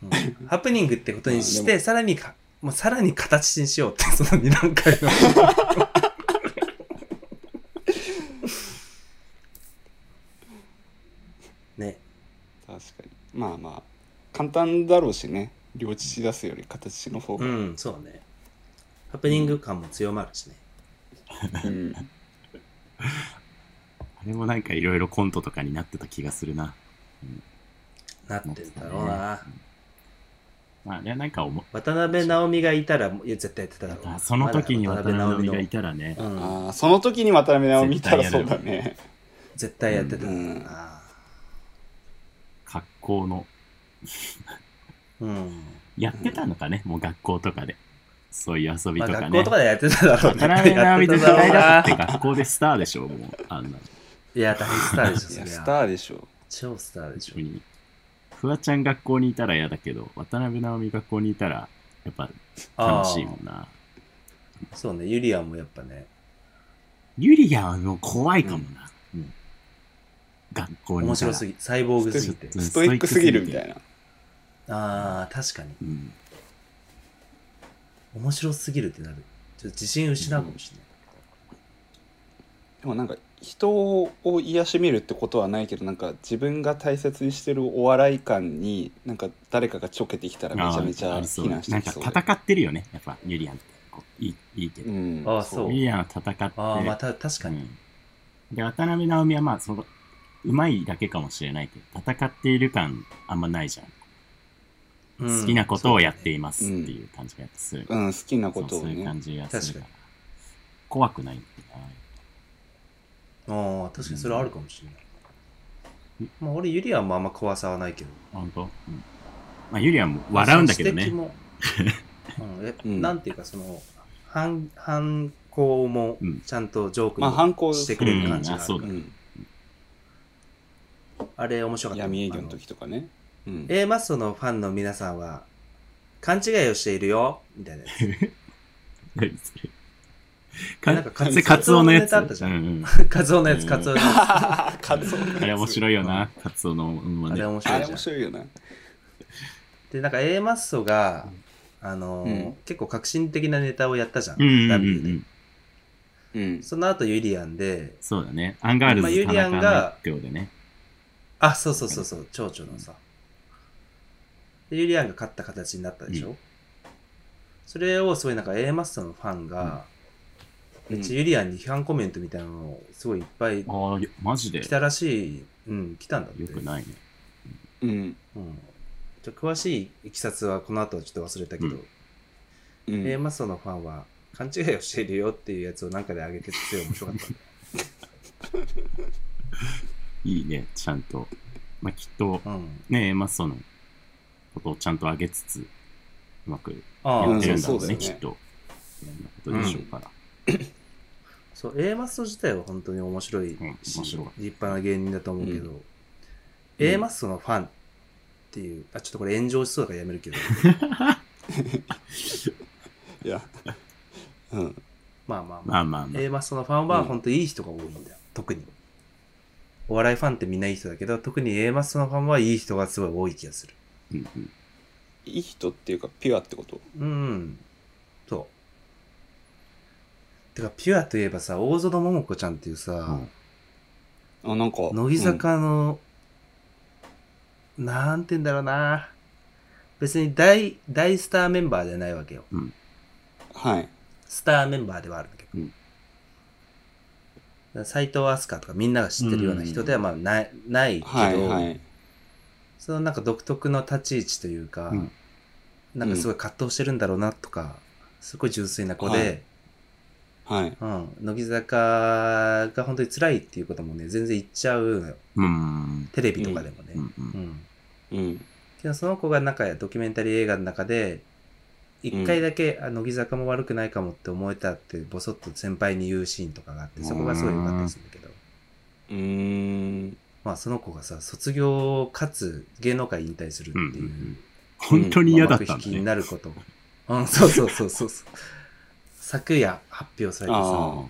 D: うんハプニングってことにし
E: あで
D: て、さらにか、もうさらに形にしようって、 *laughs* その2段階の。ね。
E: あ確かに。まあまあ、簡単だろうしね。両父出すより形の方
D: う
E: が。
D: ん、そうね。ハプニング感も強まるしね。
E: うん
F: あれもなんかいろいろコントとかになってた気がするな。
D: なってるだろうな。
F: まあ、あれはなんかおも、
D: 渡辺直美がいたら、もういや絶対やってただろうな
F: あその時に
D: ま
F: 渡
D: だ
F: 辺直美が
D: の
F: いたらね、
D: うん
E: ああ、その時に渡辺直美見たらそうだね。
D: 絶対やってた。
E: うん
D: あ
F: 格好の、
D: ーうん。
F: やってたのかね、もう学校とかで。そういう遊び
D: まあ
F: とか
D: 学
F: ね。
D: 校とかでやってただろう
F: 渡辺直美の時代だ
D: や
F: っ
D: っててただろうな
F: 学校でスターでしょ、もう。あんな。
D: いや、大スターでしょ、
E: い
D: そ
E: や、
D: り
E: ス
D: ゃ。
E: ターでしょ。
D: 超スターでしょ。
F: に。 *laughs* フワちゃん学校にいたら嫌だけど、渡辺直美学校にいたら、やっぱ楽しいもんな。
D: あーそうね、ユリアンもやっぱね、
F: ユリアはもう怖いかもな。うん学校にいたら。
D: 面白すぎ、サイボーグすぎて。
F: うん
E: ストイックすぎるみたいな。
D: ああ、確かに。
F: うん。
D: 面白すぎるってなる。ちょっと自信失うかもしれない。
E: でもなんか人を癒しめるってことはないけどなんか自分が大切にしてるお笑い感になんか誰かがちょけてきたらめちゃめち
F: あー
E: ゃ
F: ありそう
E: 非難し
F: な
E: てき
F: んか
E: そうで
F: 戦ってるよね、やっぱユリアンって。こういいいいけど。
E: うん
D: あーそう
F: ユリアンは戦って。
D: ああ、また確かに。
F: うんで、渡辺直美はまあ、その、うまいだけかもしれないけど、戦っている感あんまないじゃん。
D: うん
F: 好きなことをやっていますっていう感じがやっぱする。
E: うん、好きな
F: そ
E: こ
F: う
E: とを
F: そういう
E: ね
F: 感じがするから
D: 確。
F: 怖くないんだよな
D: ああ、確かにそれあるかもしれない。まあ、俺、ユリアンもあんま怖さはないけど。
F: 本当、うんまあ、ユリアンも笑うんだけどね
D: 指摘。も
F: *laughs*
D: うんえ
E: うん
D: なんていうか、その、反、反抗も
F: うん
D: ちゃんとジョーク
E: まあ反抗
D: にしてくれる感じがあ
F: うんあ
D: る。
F: そうだ
E: うん
D: あれ面白かった。
E: 闇営業の時とかねうん *laughs*
D: A マッソのファンの皆さんは、勘違いをしているよ、み
F: *laughs*
D: たいなやつ。
F: 何それ *laughs* か
D: なんかカ
F: そ
D: ツ
F: れカツオのやつ。
D: カツオのネタあったじゃん
F: うんうん
D: カツオのやつ、カツオのやつ。
E: あー感想のやつ
F: あれ面白いよな、カツオのうんま
D: あ
F: ね
D: れ。面白
E: あ
D: い
E: れ
D: じゃ
E: 面
D: ん。
E: 白いよな
D: で、なんか A マッソが、あのー
E: うん
D: 結構革新的なネタをやったじゃん。
F: うんうんうんう
D: W で
F: ん。
E: うん
D: その後ユリアンで、
F: そうだね。アンガールズ田
D: まあユリア
F: 中
D: ン
F: の
D: が
F: 一票でね。
D: あ、そうそうそうそう、蝶々のさ。でユリアンが勝った形になったでしょ、
F: う
D: それをすごいなんか A マッソのファンが、
E: うん
D: めっちゃユリアンに批判コメントみたいなのをすごいいっぱい
F: ああ、マジで
D: 来たらしい。うん、来たんだって。
F: よくないね。
E: うん
D: うん、ちょ詳しいいきさつはこの後はちょっと忘れたけど、
F: うん
E: う
D: A
E: ん
D: マッソのファンは勘違いをしているよっていうやつをなんかで上げてすごい面白かったんだよ。
F: いいね、ちゃんと。まあ、きっと、
D: うん。
F: ね、まあ、その、ことをちゃんと上げつつ、うまく
D: ああ、
F: やってるんだろ
E: うん
F: う
E: そうそうだ
F: ね、
E: よね
F: きっと。いろんなことでしょうから。
D: そう、A マッソ自体は本当に面白いし、
F: ん面白い
D: 立派な芸人だと思うけど、
E: ん
D: A マッソのファンっていう、あ、ちょっとこれ炎上しそうだからやめるけど、
E: いやうん
D: まあまあまあ、
F: まあまあまあ。
D: A マッソのファンは本当いい人が多いんだよ、特に。お笑いファンってみんないい人だけど、特に A マッソのファンはいい人がすごい多い気がする。
F: うんうん
E: いい人っていうかピュアってこと
D: うん。そう。てか、ピュアといえばさ、大園桃子ちゃんっていうさ、
E: あなんか
D: 乃木坂の、なんて言うんだろうな。別に大、大スターメンバーじゃないわけよ。
E: うんはい
D: スターメンバーではあるんだけ
F: うん
D: ど。斎藤飛鳥とかみんなが知ってるような人ではまあない,、ないけど、
E: はいはい
D: そのなんか独特の立ち位置というか、
F: うん
D: なんかすごい葛藤してるんだろうなとか、すごい純粋な子で、
E: はい。
D: うん、乃木坂が本当に辛いっていうこともね、全然言っちゃうのよ。
F: うん。
D: テレビとかでもね。
F: うんう。
D: うんん
E: うん。
D: けどその子がなんかドキュメンタリー映画の中で、一回だけ、あ乃木坂も悪くないかもって思えたって、ボソッと先輩に言うシーンとかがあって、そこがすごい良かったりするんだけど、
E: うーん。
D: まあその子がさ、卒業かつ芸能界引退するって
F: うんう
D: いう、
F: ん。本当に嫌だった
D: まあ幕
F: んだ
D: 引きに
F: ね。
D: なること。うん、そうそうそうそうそう。昨夜発表されてさ、
E: あ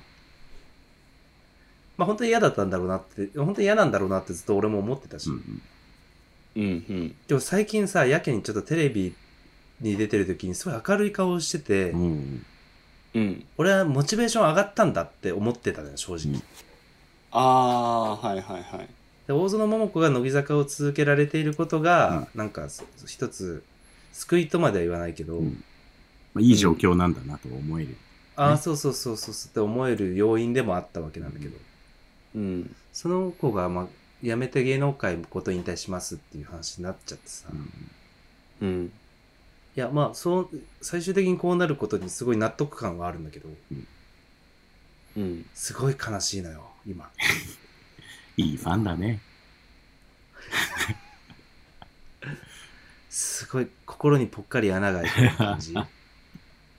D: まあ本当に嫌だったんだろうなって、本当に嫌なんだろうなってずっと俺も思ってたし、
F: うんうん
E: あ。うんうん。
D: でも最近さ、やけにちょっとテレビに出てる時にすごい明るい顔をしてて、
F: うん。
E: うん。
D: 俺はモチベーション上がったんだって思ってたのよ、正直。
F: うん
E: ああー、はいはいはい。
D: で大園桃子が乃木坂を続けられていることが、なんかそ一つ、救いとまでは言わないけど、
F: うんまあいい状況なんだなと思える。
D: ああ、そうそうそうそうそうって思える要因でもあったわけなんだけど、
E: うん。
D: その子が、まあ、辞めて芸能界ごと引退しますっていう話になっちゃってさ、
F: う
D: い
F: ん
E: うん。
D: や、まあ、そう、最終的にこうなることにすごい納得感はあるんだけど、
E: うん。
D: すごい悲しいのよ、今。
F: いいファンだね。
D: すごい心にぽっかり穴が開いてる感 *laughs* じ。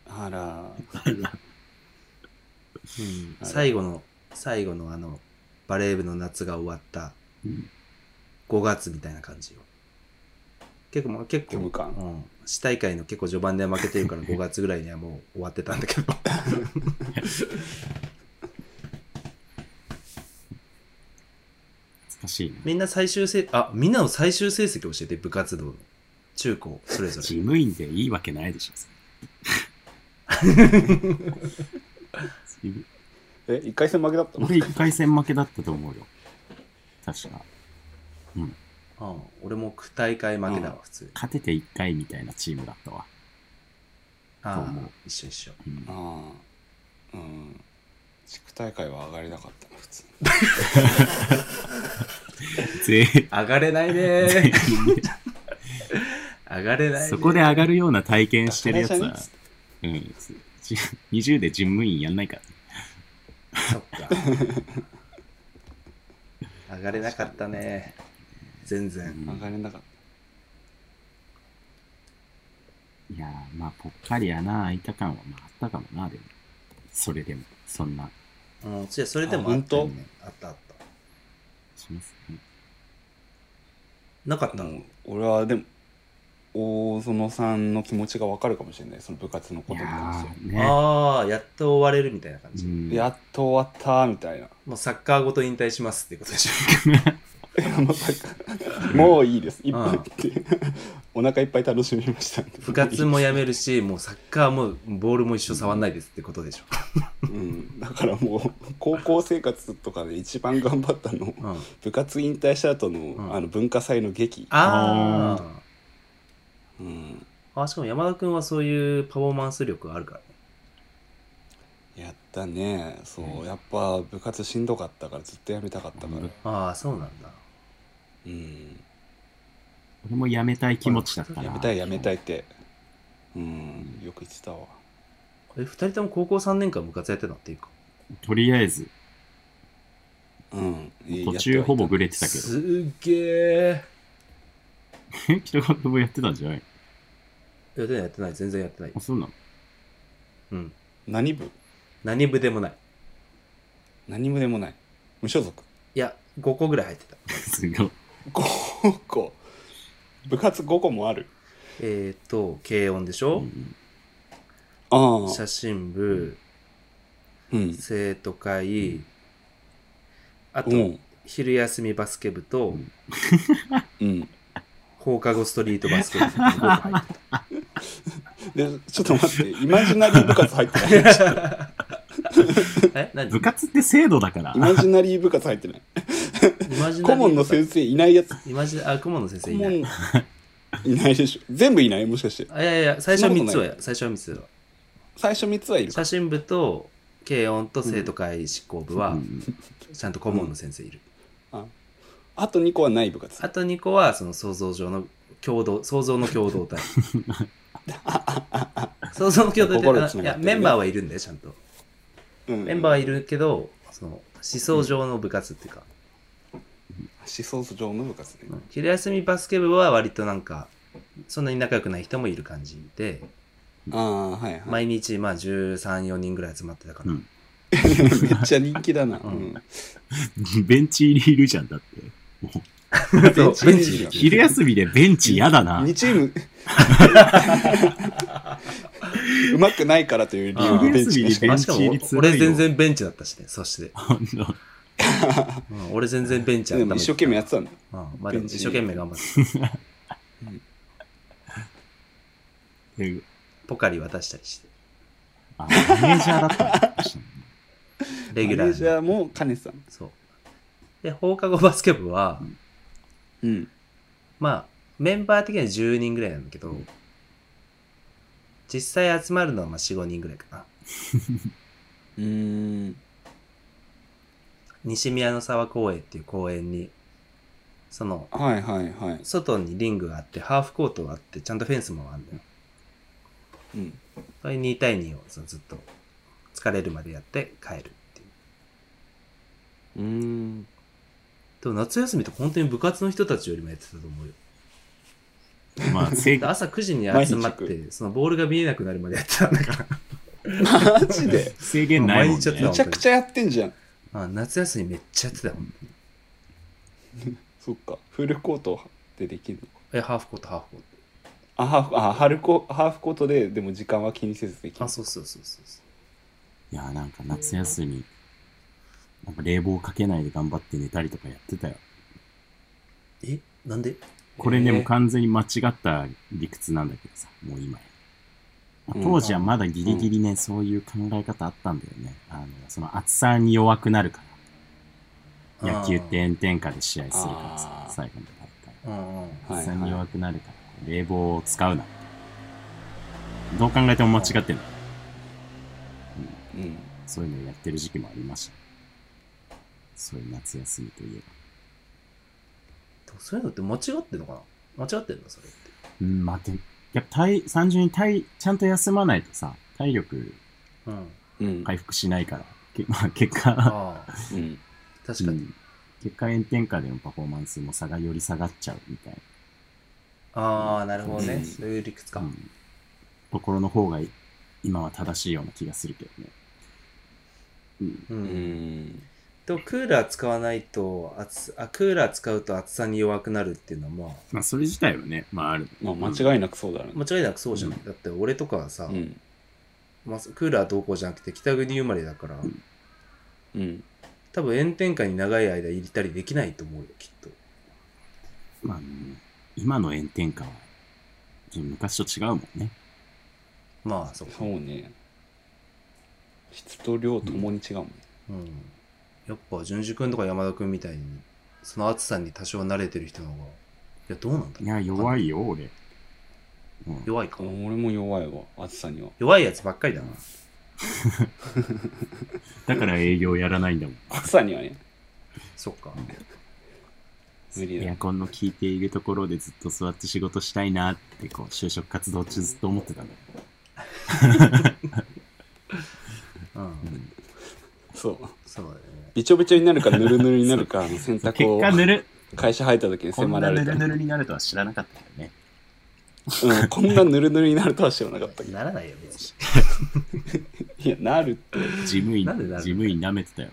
E: あら。 *laughs*
D: うん最後の、最後のあの、バレー部の夏が終わった
F: うん
D: 5月みたいな感じよ。結構、まあ、結構、
E: 虚無感
D: うん。市大会の結構序盤で負けてるから5月ぐらいにはもう終わってたんだけど。 *laughs*
F: 懐かしいね。
D: みんな最終成、あ、みんなの最終成績教えて、部活動の。中高、それぞ
F: 事
D: れ。
F: 務員でいいわけないでしょ。それ
E: え、一回戦負けだったの
F: 俺一回戦負けだったと思うよ。確か。
D: うん。俺も区大会負けだわ、普通。
F: 勝てて一回みたいなチームだったわ。
D: あ
F: そう思
D: あ
F: う、
D: 一緒一緒。
F: うん
E: ああ。うん。地区大会は上がれなかったな、普通に。
F: 全員
D: 上がれないねー。 *laughs* 上がれないねー
F: そこで上がるような体験してるやつは、うん、じ20で事務員やんないから。
D: そっ *laughs* か。上がれなかったね。全然。
E: 上がれなかっ。
F: いやー、まあ、ぽっかり穴開いた感は、まあ、あったかもな、でも。それでも、そんな、
D: うん、じゃそれでもあったよね。あったあった。
F: しますね。
D: なかったた
E: う
D: の
E: ん俺はでも、大園さんの気持ちがわかるかもしれない。その部活のこ
F: い
E: とに
F: や
E: 関して。
F: ー、ね。
D: ああ、やっと終われるみたいな感じ。
F: うん
E: やっと終わったみ *laughs* たいな。
D: もうサッカーごと引退しますっていうことで *laughs* しょ。
E: まさかもういいです。いっぱい
D: うん
E: お腹いっぱい楽しみ *laughs* ました。
D: 部活もやめるし、もうサッカーもボールも一緒触んないですってことでしょ。
E: うん、だからもう高校生活とかで一番頑張ったの、
D: うん、
E: 部活引退した後の、
D: ん
E: あの文化祭の劇。
D: あ
F: あ
D: ー
E: うん、
D: あー。しかも山田君はそういうパフォーマンス力があるからね。
E: やったね。そう、やっぱ部活しんどかったからずっとやめたかったから。
D: ああ、そうなんだ。
E: うん、
F: 俺も辞めたい気持ちだったな。
E: やめたいやめた
F: い。
E: いって。うん、よく言ってたわ。
D: え、二人とも高校3年間部活やってたっていうか。
F: とりあえず、
E: うん、
F: 途中ほぼグ
E: レ
F: レてたけ
D: すっげえ。
F: ど。 *laughs* 北川君もやってたんじゃない
D: やってないやってない、全然やってない
F: あ、。そうなの *laughs*
D: うん。
E: 何部
D: 何部でもない。
E: 何部でもない。無所属。
D: いや、5個ぐらい入ってた。
F: すごい。
E: 5個。部活5個もある。
D: えっ、ー、と、軽音でしょ、
E: ああ。
D: 写真部、
E: うん。
D: 生徒会、あ
E: う
D: と
E: ん、。
D: 昼休みバスケ部と、
E: うん。
D: 放課後ストリートバスケ
E: *laughs*
D: 部5個入ってた。
E: で、ちょっと待って、イマジナリー部活入ってない。
D: え何
F: 部活って制度だから
E: イ。マジナリー部活入ってない。
D: イマジナリー部活
E: 顧問の先生いないやつ。
D: イマジあ、顧問の先生
E: 顧
D: いな
E: 問
D: い。
E: いないでしょ。全部いないもしかして。
D: あいやいや、最初は3つは
E: そんなことない
D: や、最初は3つは。
E: 最初3つはいるか。
D: 写真部と、軽音と生徒会執行部
F: う
D: は、
F: ん
D: ちゃんと顧問の先生いる。
E: ああと2個は内部がつ
D: あと2個はその想像上の共同想像の共同体想像の共同体
E: 心が
D: って
E: 繋
D: い
E: が
D: や
E: ってるね
D: メンバーはいるんだよちゃんとメ
E: メ
D: ンバーはいるけどその思想上の部活っていうか、
E: 思想上の部活ね
D: うん昼休みバスケ部は割となんかそんなに仲良くない人もいる感じで
E: ああはいはい
D: 毎日まあ134人ぐらい集まってたから、
F: うん
E: *laughs* めっちゃ人気だな、うん、
F: ベンチ入りいるじゃん、だって。
D: そうベンチ
E: いる
F: 昼休みでベンチ嫌
E: *laughs*
F: だな。
E: 2チームうまくないからという理由でベンチにしか
F: ベン
D: あ
F: チ
D: しか
F: 入
D: も
F: りつらいよ
D: 俺全然ベンチだったしねそして、
F: ほんと
D: うん俺全然ベンチ
E: でも一生懸命やって
D: た、
E: たんだ
D: うんまあ、でも
E: ベンチ
D: 一生懸命頑張ってた
F: え
D: ポカリ渡したりして
F: あ、マネージャーだったの
D: レギュラーに
E: マネージャーも兼ねてたんだ
D: そうで放課後バスケ部は、
E: うん
D: まあメンバー的には10人ぐらいなんだけど、実際集まるのはまあ45人ぐらいかな
E: うーん
D: 西宮の沢公園っていう公園にその
E: はいはいはい、
D: 外にリングがあってハーフコートがあってちゃんとフェンスもあるんだよ
E: うん、
D: それ2対2をそのずっと疲れるまでやって帰るっていう
E: うーん
D: でも夏休みって本当に部活の人たちよりもやってたと思うよ
F: *laughs* まあ、正
D: で朝9時に集まっ
E: 毎
D: てそのボールが見えなくなるまでやってたんだから
E: *laughs* マジで
F: 制限ないも
D: 毎
F: ん
D: 日やってた
F: ね
E: め。ちゃくちゃやってんじゃん
D: あ夏休みめっちゃやってたよ
E: そっかフルコートでできるのか
D: えハーフコートハーフコー
E: あハーフあハルコハーフコートででも時間は気にせずでき
D: ト
E: る
D: あそうそうそうそうそう
F: いや、なんか夏休み、なんか冷房かけないで頑張って寝たりとかやってたよ。
D: えなんで
F: これね、
E: えー
F: もう完全に間違った理屈なんだけどさ、もう今や。まあ当時はまだギリギリね、そういう考え方あったんだよね。あの、その暑さに弱くなるから。野球って炎天下で試合するからさ
E: あ、ー
F: 最後の大会。
D: うんうん
E: はい
F: 暑さ
E: は
F: に
E: い
F: 弱くなるから、冷房を使うな。どう考えても間違ってんだ。
E: うん
F: そういうのをやってる時期もありました。そういう夏休みといえば。
D: でもそういうのって間違ってんのかな間違ってんのそれって
F: うん、まあ、で、やっぱ体、単純に体、ちゃんと休まないとさ、体力
D: うん
E: うん
F: 回復しないから、け *laughs* まあ、結果、
D: ああ
E: うん
D: 確かに、
F: うん結果炎天下でのパフォーマンスも差がより下がっちゃうみたい
D: ああなるほどね、
E: うん
D: そういう理屈か、
F: な、うん、ところの方がい今は正しいような気がするけどね。
D: う
E: うんん
D: とクーラー使わないと暑あクーラー使うと暑さに弱くなるっていうのはま
F: まあ、それ自体はね、まあ、ある。
E: まあ間違いなくそうだろ
D: あ
E: うね
D: 間違いなくそうじゃない、だって俺とかはさ、
E: うん
D: まあ、クーラーどうこうじゃなくて北国生まれだから、
F: ん
E: うん
D: 多分炎天下に長い間入りたりできないと思うよきっと
F: まあ、うん今の炎天下は、昔と違うもんね。
D: まあそう
E: そうね質と量ともに違うもんね
D: うん、やっぱ淳二君とか山田君みたいにその暑さに多少慣れてる人の方がいやどうなんだろ
F: いうや、弱いよ、俺。うん、
D: 弱いか、
E: 俺も弱いわ暑さには
D: 弱いやつばっかりだな
F: だから営業やらないんだもん。
E: 暑さにはね
D: そっか
E: 無理
F: エ
E: だ
F: アコンの効いているところでずっと座って仕事したいなってこう就職活動中ずっと思ってたんだけ
D: うん
E: そう
D: そうだよね
E: びちょびちょになるかぬるぬるになるかあの洗
F: ど
E: 濯
F: 結果ぬ
E: を
F: る
E: 会社入った時に
F: こん
E: 迫
F: な
E: られ
F: ぬ
E: た
F: るぬるになるとは知らなかったけどね
E: うんこんなぬるぬるになるとは知らなかったけど
D: ならないよ別に
E: いやなるって
F: 事務員
D: なんでだろう
F: 事務員舐めてたよ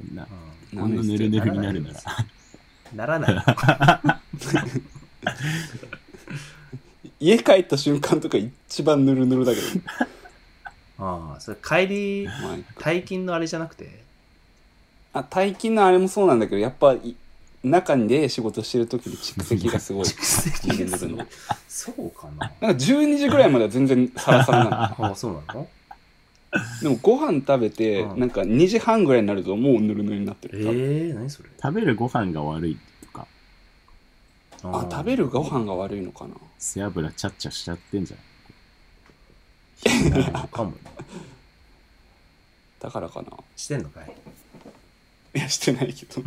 F: こんな
E: うん
F: こんなぬるぬるになるなら
D: うんならないよ
E: 家帰った瞬間とか一番ぬるぬるだけど
D: ああそれ帰り
E: ま
D: 退勤のあれじゃなくて
E: ああ大金のあれもそうなんだけどやっぱい中で仕事してる時の蓄積がす
F: *laughs*
E: ごい
D: 積
E: がすごい
D: そうかな
E: なんか12時ぐらいまでは全然サラサラなの
D: ああそうなの
E: でもご飯食べて、
D: うん
E: なんか2時半ぐらいになるともうぬるぬるになって
D: ええ
E: る、多分
D: ー、何それ
F: 食べるご飯が悪いとか
E: あ食べるご飯が悪いのかな
F: 背脂ちゃっちゃしちゃってんじゃん
D: ああかもね
E: だからかな
D: してんのかい
F: *laughs*
E: いやしてないけど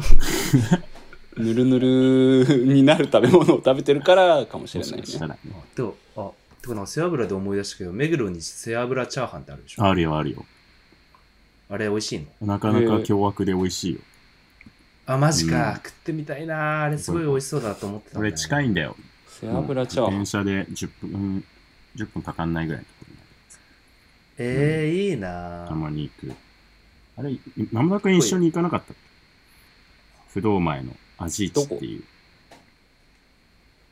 E: ぬるぬるになる食べ物を食べてるからかもし
F: も
E: れ
F: し
E: ない
F: かした
E: ね
F: らね。
D: でも、あ、てかなんか背脂で思い出したけど、目黒に背脂チャーハンってあるでしょ
F: あるよ、あるよ。
D: あれ美味しいの
F: なかなか凶悪で美味しいよ。
D: あ、マジか。
F: うん
D: 食ってみたいな。あれすごい美味しそうだなと思ってたん
F: こ
D: だよ
F: れ
D: ね、
F: 近いんだよ。
E: 背脂チャーハン
F: 電車で10分、10分かかんないぐらいのところに
D: えー、いい
F: た
D: な
F: まに行く。あれ、南村君一緒に行かなかったっけ不動前の味市っていう。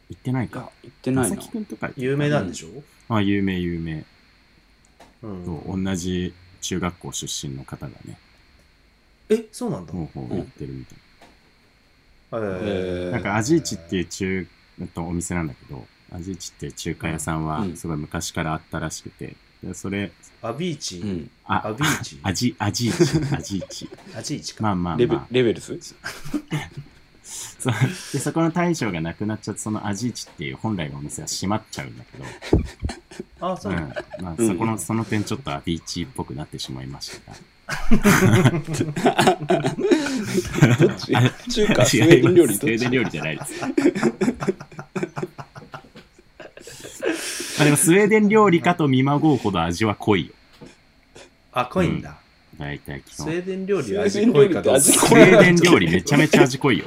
F: 行ってない
E: いや
F: か。
E: 行ってない
F: 佐
E: な
F: 々木君とか行ってた
D: 有名なんでしょ
F: あ、有名、有名。
D: うん。
F: そう同じ中学校出身の方がね、
D: え、そうなんだ。
F: ほうほうやってるみたい
D: えー
E: え
F: な。なんか、味市っていう中、えっと、お店なんだけど、味市っていう中華屋さんは
E: う、ん
F: すごい昔からあったらしくて、でそれ、
D: アビーチ、
E: うん
D: ア
F: あ、
D: ビーチ、
F: 味、
D: *laughs*
F: 味市、味市。
D: アジーチか。
F: まあまあ
E: レベ
F: まあ。
E: レベルズ
F: そうでそこの大将が亡くなっちゃってその味市っていう本来のお店は閉まっちゃうんだけど、
D: あ、そううんなんだ。
F: まあ、
E: うん
F: そこのその点ちょっとアビーチっぽくなってしまいましたが
E: どっ
F: *laughs*
E: ち中華スウェー
F: 違い
E: デン
F: ます
E: 料理どっ
F: スウェーデン
E: ち
F: 料理じゃないです。まあでもスウェーデン料理かと見まごうほど味は濃いよ。
D: あ、濃いんだ。
F: 大体基
D: スウ
F: 本。
D: ェー
F: ス
D: デン料理は味
E: スウェーデン
D: 濃
E: 料
D: い
E: 理
D: か
E: って
D: どうか。
E: 味
F: ウ
E: 濃い
F: ェーデン料理めちゃめちゃ味濃いよ。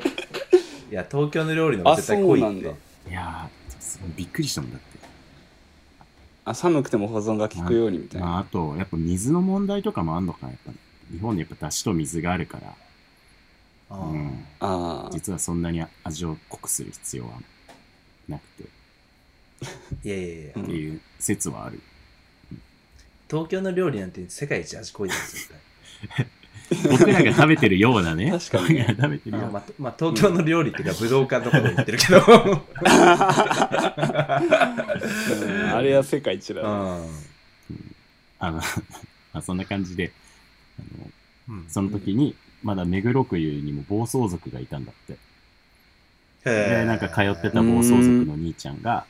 D: いや、東京の料理の方が絶対濃いって
E: あそうなんだ。
F: *laughs* いやー、すごいびっくりしたもんだって。
E: あ寒くても保存が効くようにみたい
F: まあ
E: な
F: あと、やっぱ水の問題とかもあんのかな、やっぱり。日本でやっぱ出汁と水があるから、
D: あ
F: う
D: ー
F: ん、
E: あー
F: 実はそんなに味を濃くする必要はなくて
D: いやいやいや
E: う、ん
F: っていう説はある。
D: 東京の料理なんて世界一味濃いです、絶対。
F: 僕らが食べてるようなね、
E: 確かにね
F: 僕らが食べてるよう
D: あ
F: な
D: まあ、とまあ、東京の料理っていうか、武道館のこと言ってるけど。
E: うんあれは世界一だ
D: う。
E: なん
F: あの、 *laughs* まあそんな感じで、あの
D: うん
F: その時に、まだ目黒区にも暴走族がいたんだって。
D: へ
F: で、
D: ー
F: なんか通ってた暴走族の兄ちゃんが、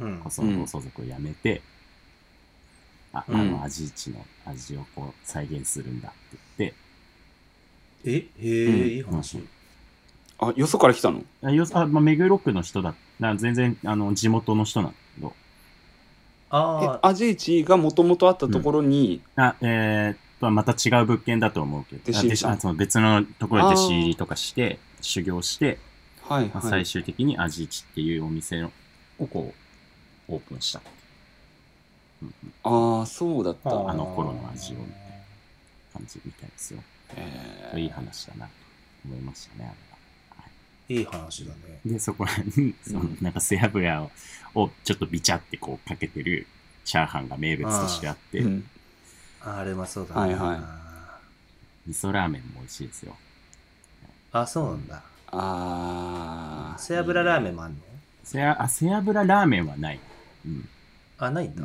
D: うん
F: その暴走族を辞めて、あ、あ
E: うん
F: の味市の味をこう再現するんだって言って
D: え、へえ、
E: うん
D: いい話。
E: あよそから来たの、
F: あよあ、まあ、目黒区の人だ。な全然、あの、地元の人なんだけど、
D: あ
E: え味一がもともとあったところに、
F: あ、えーっと、また違う物件だと思うけ
E: 弟
F: ど、
E: 子
F: あ
E: 入り
F: 弟子あその別のところで弟子入りとかして、修行して、
E: はい
F: まあ
E: は
F: 最
E: い
F: 終的に味市っていうお店をこう、オープンした。
E: ああそうだった
D: あ
F: あの頃の味をみたいな感じみたいですよ。
E: え
F: いい話だなと思いましたね、あれは。
D: あ、いい話だね。
F: で、そこらに、その
E: うん
F: なんか背脂ををちょっとビチャってこうかけてるチャーハンが名物としてあって、
E: う
F: 味
E: ん
D: ああれうまそうだな。
E: はいはい
F: 噌ラーメンも美味しいですよ。
D: あ、そうなんだ。
E: ああ
D: 背脂ラーメンもあんの
F: 背あ背脂ラーメンはない。うん。
D: あ、ないんだ。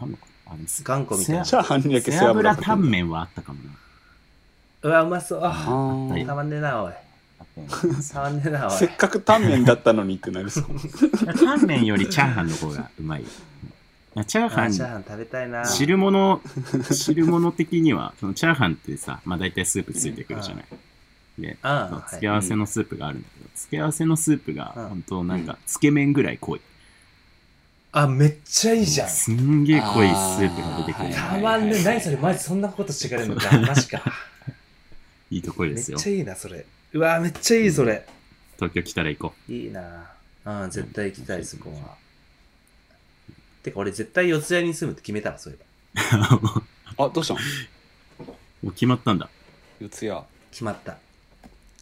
F: あんのかなあの背
D: 頑固みたいな
E: チャーハンにだけ背脂
F: 脂
E: かけ
F: タンメンはあったか *laughs* もな。
D: うわ、うまそう。
E: あ
D: あ
E: ー
F: はい
D: たまんねえな、おい。
F: あったよね
D: たまんねえな、お
E: *laughs* せっ
D: い。
E: かくタンメンだったのにってなるそう
F: タンメンよりチャーハンの方がうまいよ。うんチャー
D: あ
F: ハ
D: ーチャー
F: ン、
D: ハン食べたいな。
F: 汁物、汁物的には、そのチャーハンってさ、まあ大体スープついてくるじゃない。で、
D: あ
F: その
D: ー
F: 付け
D: は
F: 合わせのスープがあるんだけど、付け合わせのスープが
D: うん
F: 本当なんかつけ麺ぐらい濃い。
D: いあ、めっちゃいいじゃん。
F: すんげえ濃いスープが出てくる
E: あ。ー
D: たまんねえ。何それ、マジそんなことしてくれるのか。マジか。
F: いいところ
D: め
F: で
D: っ
F: すよ。
D: ちゃいいな、それ。うわ、めっちゃいい、それ。
F: 東京来たら行こ
D: いいなあうん、絶対行きたい、そこは。てか、俺絶対四ツ谷に住むって決めたわ、そういえば。
F: う。
E: あどうしたの
F: もう決まったんだ。
E: 四ツ谷
D: 決まった。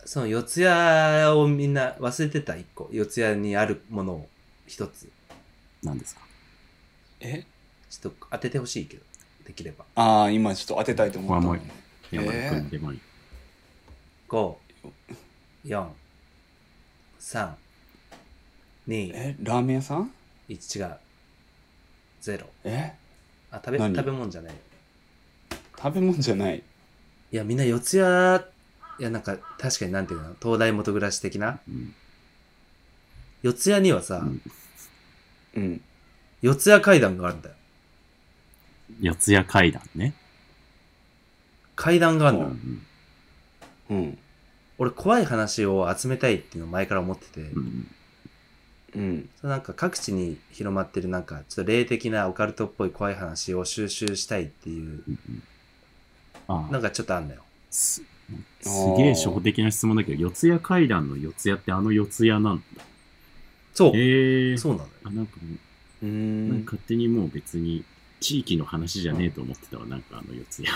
D: その四ツ谷をみんな忘れてた、一個。四ツ谷にあるものを一つ、
F: なんですか。
E: え
D: ちょっと当ててほしいけど、できれば。
E: ああ今ちょっと当てたいと思った
F: ここはも
E: えー
F: 山田君でもいい。
D: 5、4、3、2、
E: えラーメン屋さん
D: 1、違う。0。
E: え
D: あ、食べ、
E: 何
D: 食べ物じゃない。
E: 食べ物じゃない
D: いや、みんな四ツ谷、いや、なんか、確かになんていうの、東大元暮らし的な。
F: うん
D: 四ツ谷にはさ、
F: うん
E: うん
D: 四ツ谷階段があるんだよ。
F: 四谷階段ね。
D: 階段がある
F: う
D: のよ。
F: ん
E: うん
D: 俺怖い話を集めたいっていうのを前から思ってて、
F: うん。
E: うん
D: そのなんか各地に広まってるなんかちょっと霊的なオカルトっぽい怖い話を収集したいっていう
F: あ
D: なんかちょっとあんのよ。
F: すすげえ初歩的な質問だけど、四谷階段の四谷ってあの四谷なんだ。
D: そう、
F: へえ
D: そうなのよ。
F: あ、なんかも
E: う
F: う、なん
E: ん
F: か勝手にもう別に地域の話じゃねえと思ってたわ、なんかあの四谷。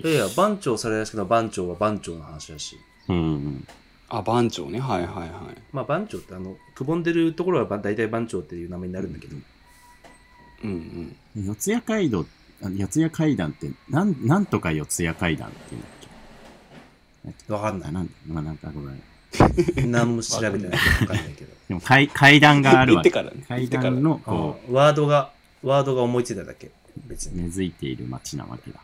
D: いやいや、番長されらしくの番長は番長の話だし、
F: うんうん。
E: あ番長ねはいはいはい
D: まあ番長ってあの、くぼんでるところはば大体番長っていう名前になるんだけど、
E: うん
F: 四谷街道、あ四谷階段って、なん、なんとか四谷階段って言うんだっけ
D: わかんな
F: あ、なん、まあ、なんかごめん。
D: い。何も調べてない *laughs* からわかんないけど。
F: でも階階段があるわけ。
E: 行ってからね
F: 階段の、
D: あ
F: こ
D: あワードが、ワードが思いついただけ。別
F: う、
D: に。
F: 根付いている街なわけだ。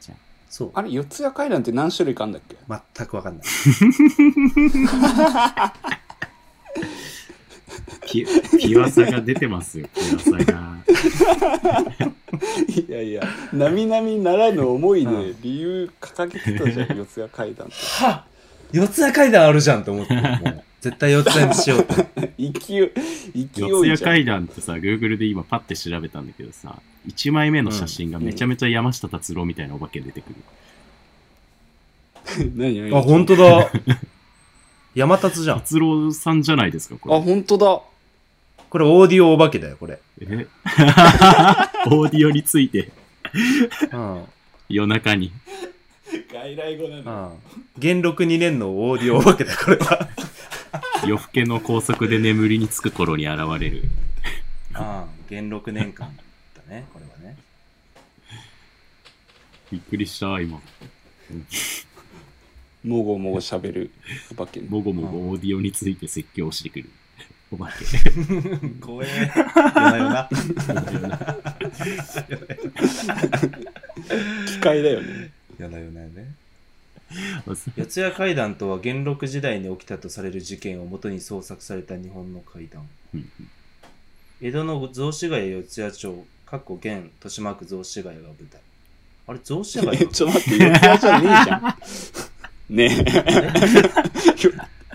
F: じゃあ、
D: そう
E: あ。れ四谷階段って何種類かあんだっけ
D: 全くわかんない。
F: ピ *laughs* ュピュアさが出てますよ、ピュアさが。
E: いやいや並々ならぬ思い
D: うん
E: で理由掲げてたじゃん四谷階段って
D: はっ四谷階段あるじゃんと思って、もう絶対四谷にしようって。 *laughs*
E: 勢い勢い
F: 四谷
E: じゃん
F: 階段ってさ、Google で今パッて調べたんだけどさ、1枚目の写真がめちゃめちゃ山下達郎みたいなお化け出てくる。
E: 何何
D: あ、ほんと *laughs* だ。山達じゃん。
F: 達郎さんじゃないですか、こ
E: あ
F: れ。
E: 本当だ
D: これオーディオお化けだよ、これ。
F: え *laughs* オーディオについて、
D: うん。うん。
F: 夜中に。
E: 外来語なん
D: 元禄2年のオーディオお化けだ、これは。
F: 夜更けの高速で眠りにつく頃に現れる。
D: うん。元禄年間だね、これはね。
F: びっくりした、今。
E: もごもごしゃべるお化けね
F: もごもごオーディオについて説教をしてくる。お化け。
D: *laughs* 怖え。やなよな。
E: 機械だよね
D: やなよなね。
F: 忘れ
D: 四谷怪談とは元禄時代に起きたとされる事件をもとに創作された日本の怪談
F: うん
D: 江戸の雑司ヶ谷四谷町過去現豊島区雑司ヶ谷が舞台あれ雑司ヶ
E: え
D: 谷
E: ちょっと待って四谷じゃねえじゃ
D: *laughs*
E: んね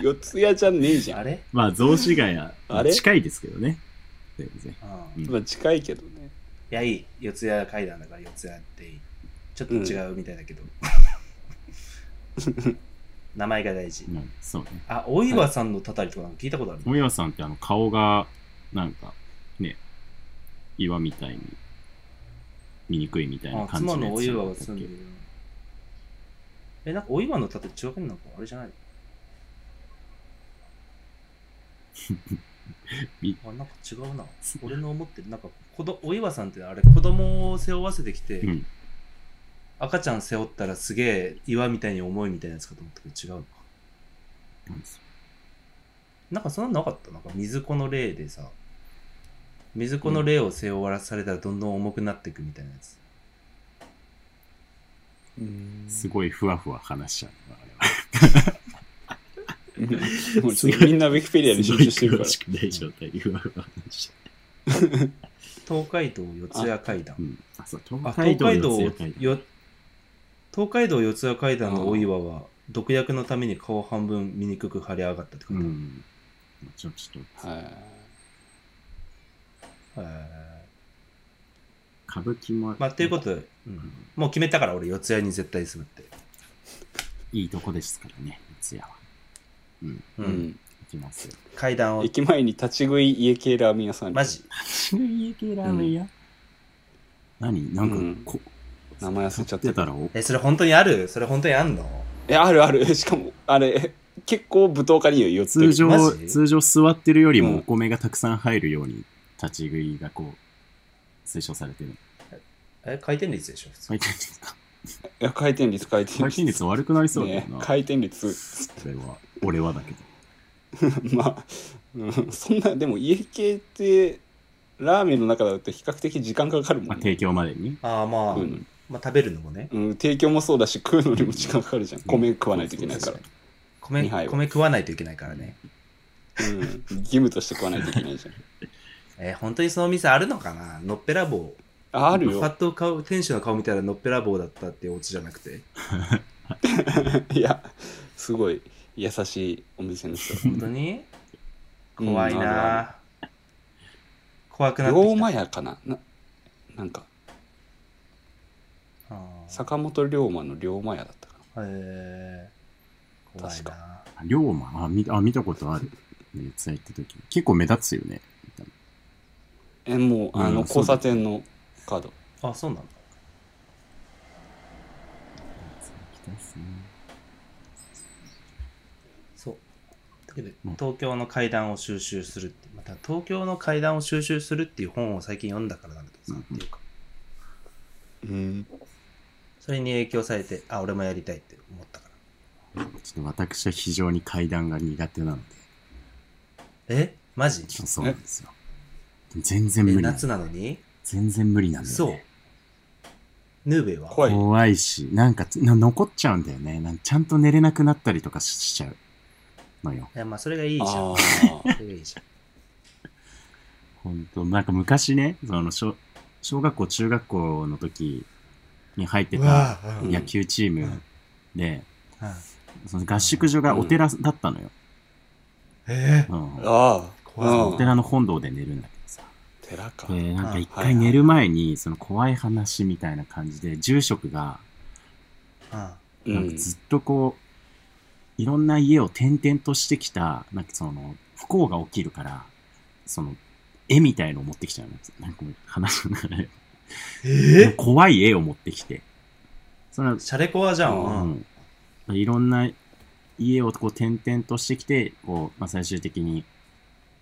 E: えよ四谷じゃねえじゃ
D: あ
E: ん
D: れ
F: まあ、雑司ヶ
E: あ
F: 谷、
E: れ
F: 近いですけどね。全然。
D: ああ
F: うん
D: い
E: まあ近いけどね
D: やいい四谷怪談だから四谷っていいちょっと違うみたいだけど、名前が大事
F: なんそうね。
D: あお岩さんのたたりとかなんか聞いたことある、
F: もやさんってあの顔が、なんか、ね、岩みたいに、醜いみたいな
D: あ
F: 感じ
D: 妻の
F: や
D: お
F: つじゃ
D: 岩
F: なか
D: が
F: った
D: 住ん
F: っ
D: で
F: け
D: るえなんかお岩のたたり違うけんなんかあれじゃない
F: *laughs* み
D: あなんか違うな俺の思ってるなんか子どお岩さんってあれ子供を背負わせてきて、
F: うん
D: 赤ちゃん背負ったらすげえ岩みたいに重いみたいなやつかと思ったけど違うのか
F: なんですよ
D: なんかそんなのなかったなんか水子の霊でさ水子の霊を背負わされたらどんどん重くなっていくみたいなやつ、
F: すごいふわふわ話しちゃうわあれは。
E: もうちょっとみんなウィキペディアに集中してるから
F: すごい詳しくない状態でふわふわ話しちゃ
D: 東海道四谷怪談
F: う。うん。あ、そう、
D: あ
F: 東海
D: 東
F: 道
D: 海道
F: の四谷
D: よ東海道四谷階段のお岩は毒薬のために顔半分醜く腫れ上がったって
F: う
D: 書いてある
F: ん。ちょ、ちょっと、
E: はい
D: へ
F: 歌舞伎も
D: ーまあっていうことで、うんもう決めたから俺四谷に絶対住むって、
F: いいとこですからね、四谷は。うん。
D: う
E: うんん
F: 行きますよ。
D: 階段を
E: 駅前に立ち食い家系ラーメン屋さんある
D: マジ
F: 家系ラーメン屋何なんか、
E: うん
F: こ
E: 名前忘れちゃっ
F: 立っ
E: た
F: てたらお
D: えそれ本当にあるそれ本当にあんの
E: えあるあ *laughs* るしかもあれ結構舞踏家によって
F: 通
E: る
D: マ
F: 常、
D: ジ
F: 通常座ってるより
E: うん
F: もお米がたくさん入るように立ち食いがこう、推奨されてる。
D: え回転率でしょ普通
F: 回転率か。
E: いや回転率回転率
F: 回転率悪くなりそうだよ
E: ね
F: な。
E: 回転率 *laughs*
F: それは、俺はだけど。
E: まあ、うん、そんなでも家系ってラーメンの中だと比較的時間かかる
F: ま
E: も
F: あ、
E: ん
F: 提
E: ね、
F: 供までに。
D: ああまあ、
E: うん
D: まあ食べるのもね
E: うん、提供もそうだし食うのにも時間かかるじゃん米食わないといけないから、
D: 米
E: 二杯は
D: 米食わないといけないからね
E: うん、義務として食わないといけないじゃん
D: えー本当にそのお店あるのかなのっぺらぼう
E: あある
D: ファ
E: よ
D: ット顔店主の顔見たらのっぺらぼうだったっていうオチじゃなくて
E: *laughs* いやすごい優しいお店の人
D: 本当に
E: うん
D: 怖いな
E: ある
D: あ怖く
E: あ
D: な
E: る
D: ってき
E: 龍馬屋かなななんか
D: た。うん
E: 坂本龍馬の龍馬屋だったかな
D: へえ怖い
E: 確
D: な。
F: 龍馬あ見あ、見たことある。ね、ツアー行った時。結構目立つよね。
E: えもうあ
F: うん
E: の
F: そう
E: 交
F: だ
E: 差点の角、
D: あ、そうなんだ。
F: 行きたいっすね。
D: そう。だけど
F: うん
D: 東京の階段を収集するって、また東京の階段を収集するっていう本を最近読んだからなんだけどさ、
F: うん
D: っていうか、
E: うん、
D: それに影響されて、あ、俺もやりたいって思ったから。
F: ちょっと私は非常に階段が苦手なので、
D: えマジ
F: ちょっとそうなんですよ。全然
D: え
F: 無理なんだ
D: 夏なのに
F: 全然無理なんだよ、ね。
D: そう。ヌーベイは
E: 怖い
F: 怖いし、なんかな残っちゃうんだよね。なんちゃんと寝れなくなったりとかししちゃうのよ。
D: いや、まあ、それがいいじゃん。
E: あ
D: それがいいじゃん。
F: ほんと、なんか昔ね、その小小学校、中学校の時に入ってた
E: うん
F: 野球チームで、
D: うん
F: その合宿所がお寺だったのよ。
D: え
F: うん
E: ああ
D: 怖い
E: あ
F: お寺の本堂で寝るんだけどさ。
E: 寺か、
F: で、なんか一
E: はい
F: 回
E: はい
F: 寝る前に、その怖い話みたいな感じで、住職が、
D: あ
E: う
F: なんか
E: ん、
F: ずっとこう、いろんな家を転々としてきた、なんかその、不幸が起きるから、その、絵みたいのを持ってきちゃうの。なんかもう話の流れ。もう
D: え
F: 怖い絵を持ってきて。その、
D: シャレコアじゃん。
E: う
D: うん。
F: うん、いろんな家をこう転々としてきて、こう、まあ、最終的に、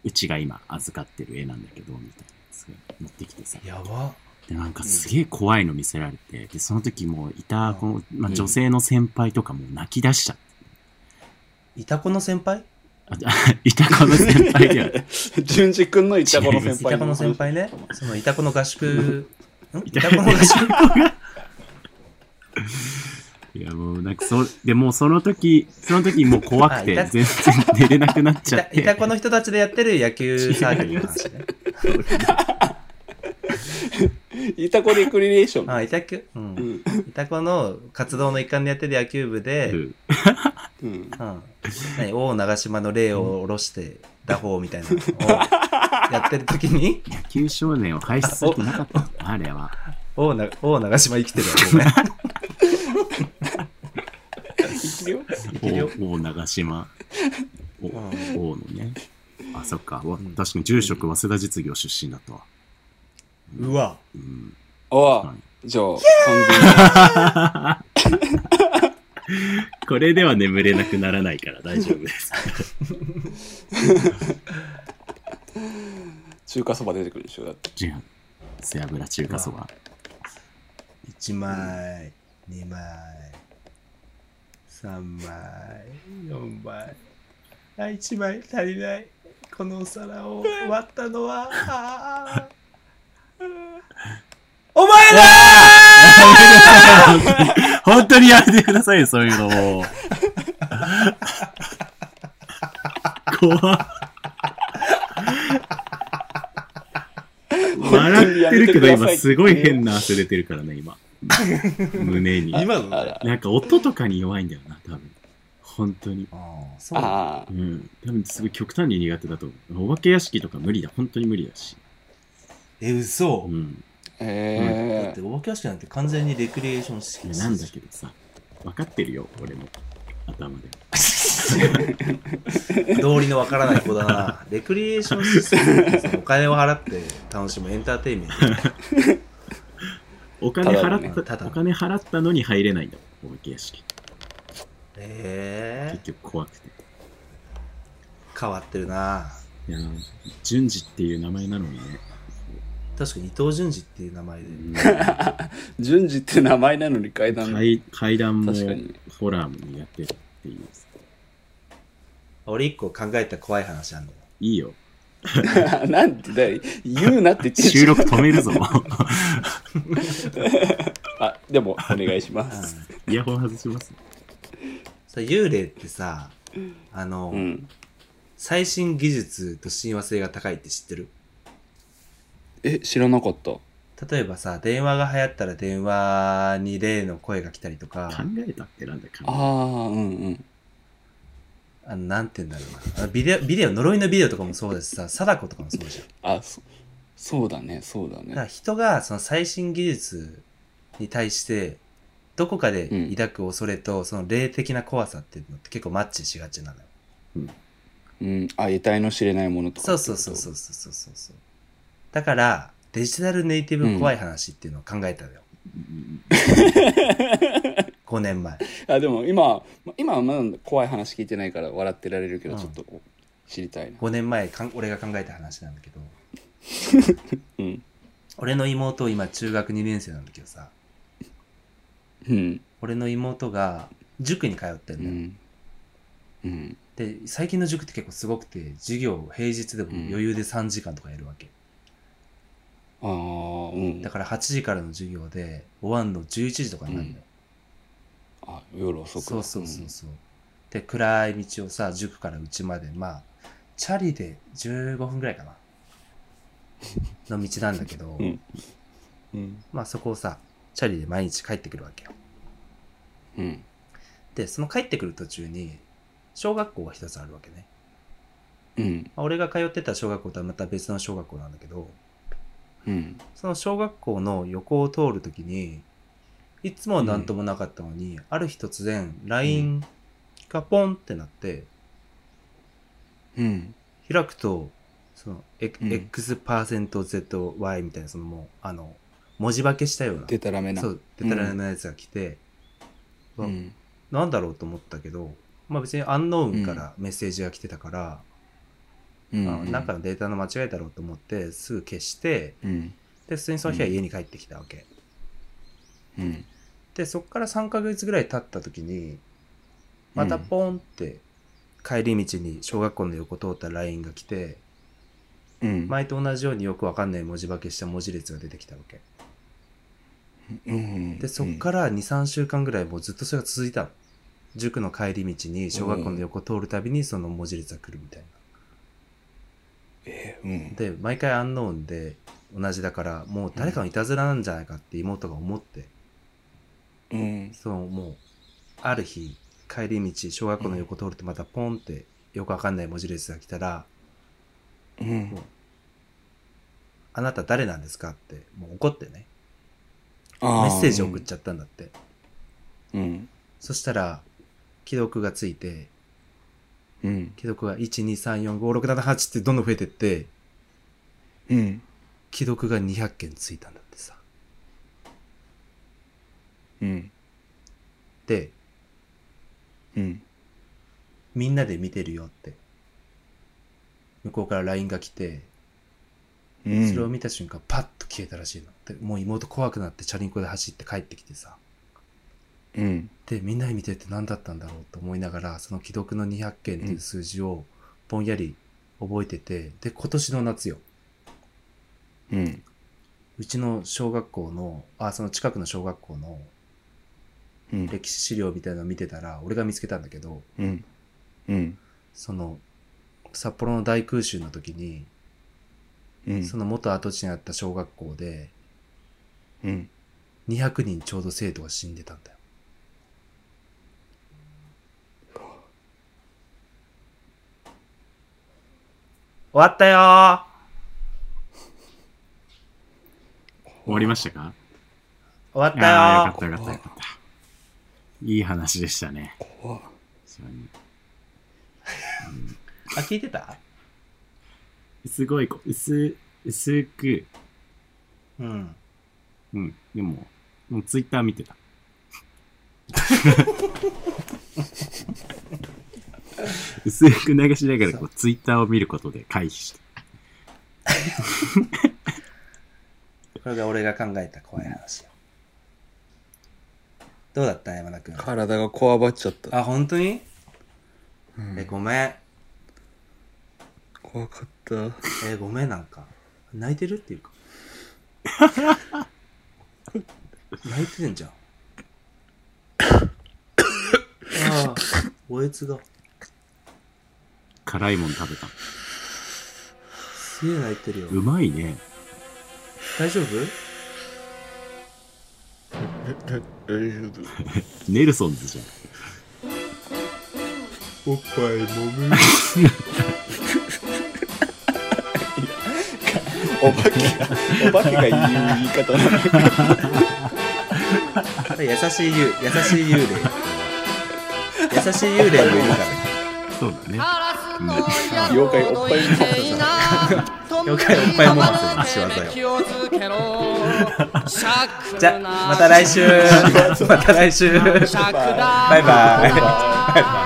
F: うちが今預かってる絵なんだけど、みたいなやつが持ってきてさ。
D: やば。
F: で、なんかすげえ怖いの見せられて、で、その時もういた、この、まあ、女性の先輩とかもう泣き出しちゃって、
D: イタコの先輩
F: あ、あいたこの先輩 *laughs* では、
E: 順次君のいたこの
D: イ
E: 先輩
D: タコの先輩ね。そのイタコの合宿、んイタコの合宿
F: いやもうなんかそ、でもうその時、その時もう怖くて、
D: あ
F: 全
D: いた
F: 然寝れなくなっちゃっ
D: イタイタ
F: て、
D: コの人たちでやってる野球サークルの話ね。
E: いたこレクリエーション
D: あ、イタク、うん
E: う。ん
D: イタコの活動の一環でやってる野球部で、
F: う
D: うん。
F: ん
E: うん
D: 何王長島の霊を下ろして、打法みたいなのをやってる時に、
F: 野球少年を輩出する気なかったのあれは。
D: 王な王長島生きてるわ、ごめん。
E: いけるよ
D: けるよ
F: 王王長島。お
D: う
F: 王のね。あ、そっか。わ確かに住職、早稲田実業出身だったわ。
D: うわ。
F: うん。
E: あ
F: は
E: あじゃあ完
F: いこれでは眠れなくならないから大丈夫 *laughs* です。
E: 全に中華そば出てくるでしょだって
F: 違う。背脂中華そば。
D: 1枚、2枚、3枚、4枚。あ、1枚足りない。このお皿を割ったのは、あーお前だ
F: 本当にやめてくださいよ、そういうのもう。怖っ笑ってるけど今すごい変な汗出てるからね、今。胸に。
D: 今の
E: あら
F: なんか音とかに弱いんだよな、多分。本当に。
D: ああ、そう。
E: ああ
F: うん。多分すごい極端に苦手だと思う。お化け屋敷とか無理だ。本当に無理だし。
D: え、嘘、
F: うん。
D: だっ
E: え
D: て、お化け屋敷なんて完全にレクリエーション式
F: いやなんだけどさ。分かってるよ、俺も。頭で。
D: 道理のわからない子だ
F: *laughs*
D: な。レクリエーション施設そのお金を払って楽しむエンターテインメン
F: *laughs*
D: ト。
F: お金払った
D: だのね
F: お金払ったのに入れないんだもんお化け屋敷
D: え
F: 結局怖くて
D: ー、変わってるな。
F: いやー順次っていう名前なのにね
D: 確かに伊藤淳二っていう名前で。
E: え順次って名前なのに階段
F: 階階段も
E: 確かに
F: ホラーも苦手っていう
D: 俺一個考えた怖い話あんのよ。
F: いいよ
E: *laughs* なんてだよ言うなって言ってる
F: 収録止めるぞ
E: あでもお願いします
F: *laughs* イヤホン外します
D: さ幽霊ってさ、あの、
E: うん
D: 最新技術と親和性が高いって知ってる
E: え知らなかった
D: 例えばさ、電話が流行ったら電話に霊の声が来たりと
F: 考
D: か、
F: えたってなんだ考
E: ああうんうん
D: あのなんて言うんだろうなあのビデオビデオ呪いのビデオとかもそうだしさ貞子とかもそうじゃん
E: あそそうだねそうだ
D: だから
E: ね
D: 人がその最新技術に対してどこかで抱く恐れとその霊的な怖さっていうのって結構マッチしがちなのよ、
E: うんあ得体の知れないものとか
D: そうそうそうそううそうそうそうそうだからデジタルネイティブ怖い話っていうのを考えたのよ、5年前
E: あでも今今はまだ怖い話聞いてないから笑ってられるけど、
D: うん
E: ちょっと知りたいな
D: 5年前かん俺が考えた話なんだけど
E: うん
D: 俺の妹今中学2年生なんだけどさ
E: うん
D: 俺の妹が塾に通ってん
E: う
D: のよ、
E: んうん
D: で最近の塾って結構すごくて授業平日でも余裕で3時間とかやるわけ、
E: ああうん
D: だから8時からの授業で終わんの11時とかになるのよ、
E: あ夜遅く
D: そうそうそうそうで暗い道をさ塾から家までまあチャリで15分ぐらい
E: *laughs*
D: かなの道なんだけど、
E: うんうん
D: まあそこをさチャリで毎日帰ってくるわけよ
E: うん
D: でその帰ってくる途中に小学校が一つあるわけね、
E: うん
D: まあ俺が通ってた小学校とはまた別の小学校なんだけど
E: うん
D: その小学校の横を通るときに、いつもは何ともなかったのに、ある日突然、LINE がポンってなって、
E: うん
D: 開くと、その、エ
E: うん
D: X パーセント ZY みたいな、そのもう、あの、文字化けしたような、
E: でたらめな
D: そう、デタラメなやつが来て、う
E: う
D: わ
E: ん
D: なんだろうと思ったけど、まあ別にアンノーンからメッセージが来てたから、
E: うん
D: あなんかのデータの間違いだろうと思って、すぐ消して、
E: うん
D: で、普通にその日は家に帰ってきたわけ。
E: うん
D: でそっから3ヶ月ぐらい経った時にまたポンって帰り道に小学校の横通った LINE が来て、
E: うん
D: 前と同じようによくわかんない文字化けした文字列が出てきたわけ
E: うん
D: でそっから23週間ぐらいもうずっとそれが続いたの塾の帰り道に小学校の横通るたびにその文字列が来るみたい
E: えうん
D: なで毎回アンノーンで同じだからもう誰かのいたずらなんじゃないかって妹が思って
E: うん
D: そのもうある日帰り道小学校の横通るとまたポンってよくわかんない文字列が来たら
E: うん
D: 「あなた誰なんですか?」ってもう怒ってねメ
E: あ
D: ッセージ送っちゃったんだって、
E: うん
D: そしたら既読がついて
E: うん
D: 既読が1234567ってどんどん増えてって
E: うん
D: 既読が200件ついたんだってさ
E: うん
D: で
E: うん
D: みんなで見てるよって向こうから LINE が来て
E: うん
D: それを見た瞬間パッと消えたらしいの、でもう妹怖くなってチャリンコで走って帰ってきてさ
E: うん
D: でみんなに見てて何だったんだろうと思いながらその既読の200件っていう数字をぼんやり覚えてて、で今年の夏よ
E: うん
D: うちの小学校のあその近くの小学校の
E: うん
D: 歴史資料みたいなの見てたら俺が見つけたんだけど
E: うんうん
D: その札幌の大空襲の時に、
E: うん
D: その元跡地にあった小学校で
E: うん
D: 200人ちょうど生徒が死んでたんだよ終わったよー
F: 終わりましたか
D: 終わった
F: あ
D: よ
F: あー、
D: ー
F: よかったよかったよかった。いい話でしたね。
E: 怖っ
F: 非常に
D: あ聞いてた
F: すごいこ、薄、薄く、
D: うん
F: うん、でも、もうツイッター見てた。薄く流しながらこうツイッターを見ることで回避して。
D: これが俺が考えた怖い話よどうだった山田君
E: 体がこわばっちゃった
D: あ本当に、えごめん
E: 怖かった
D: えごめんなんか泣いてるっていうか泣いてんじゃんああおえつが
F: 辛いもん食べた。
D: すげえ泣いてるよ
F: うまいね。
D: 大丈夫
E: 大丈夫
F: ネルソンズじゃん。
E: おっぱいもむお化けがお化けが言う言い方なの
D: 優しい幽優しい幽霊優しい幽霊もいるから
F: そうだね。
E: 妖怪おっぱいモンス
D: 妖怪おっぱいモンスターの仕業じゃまた来週また来週
E: ター
D: バイバイ。バイバイ。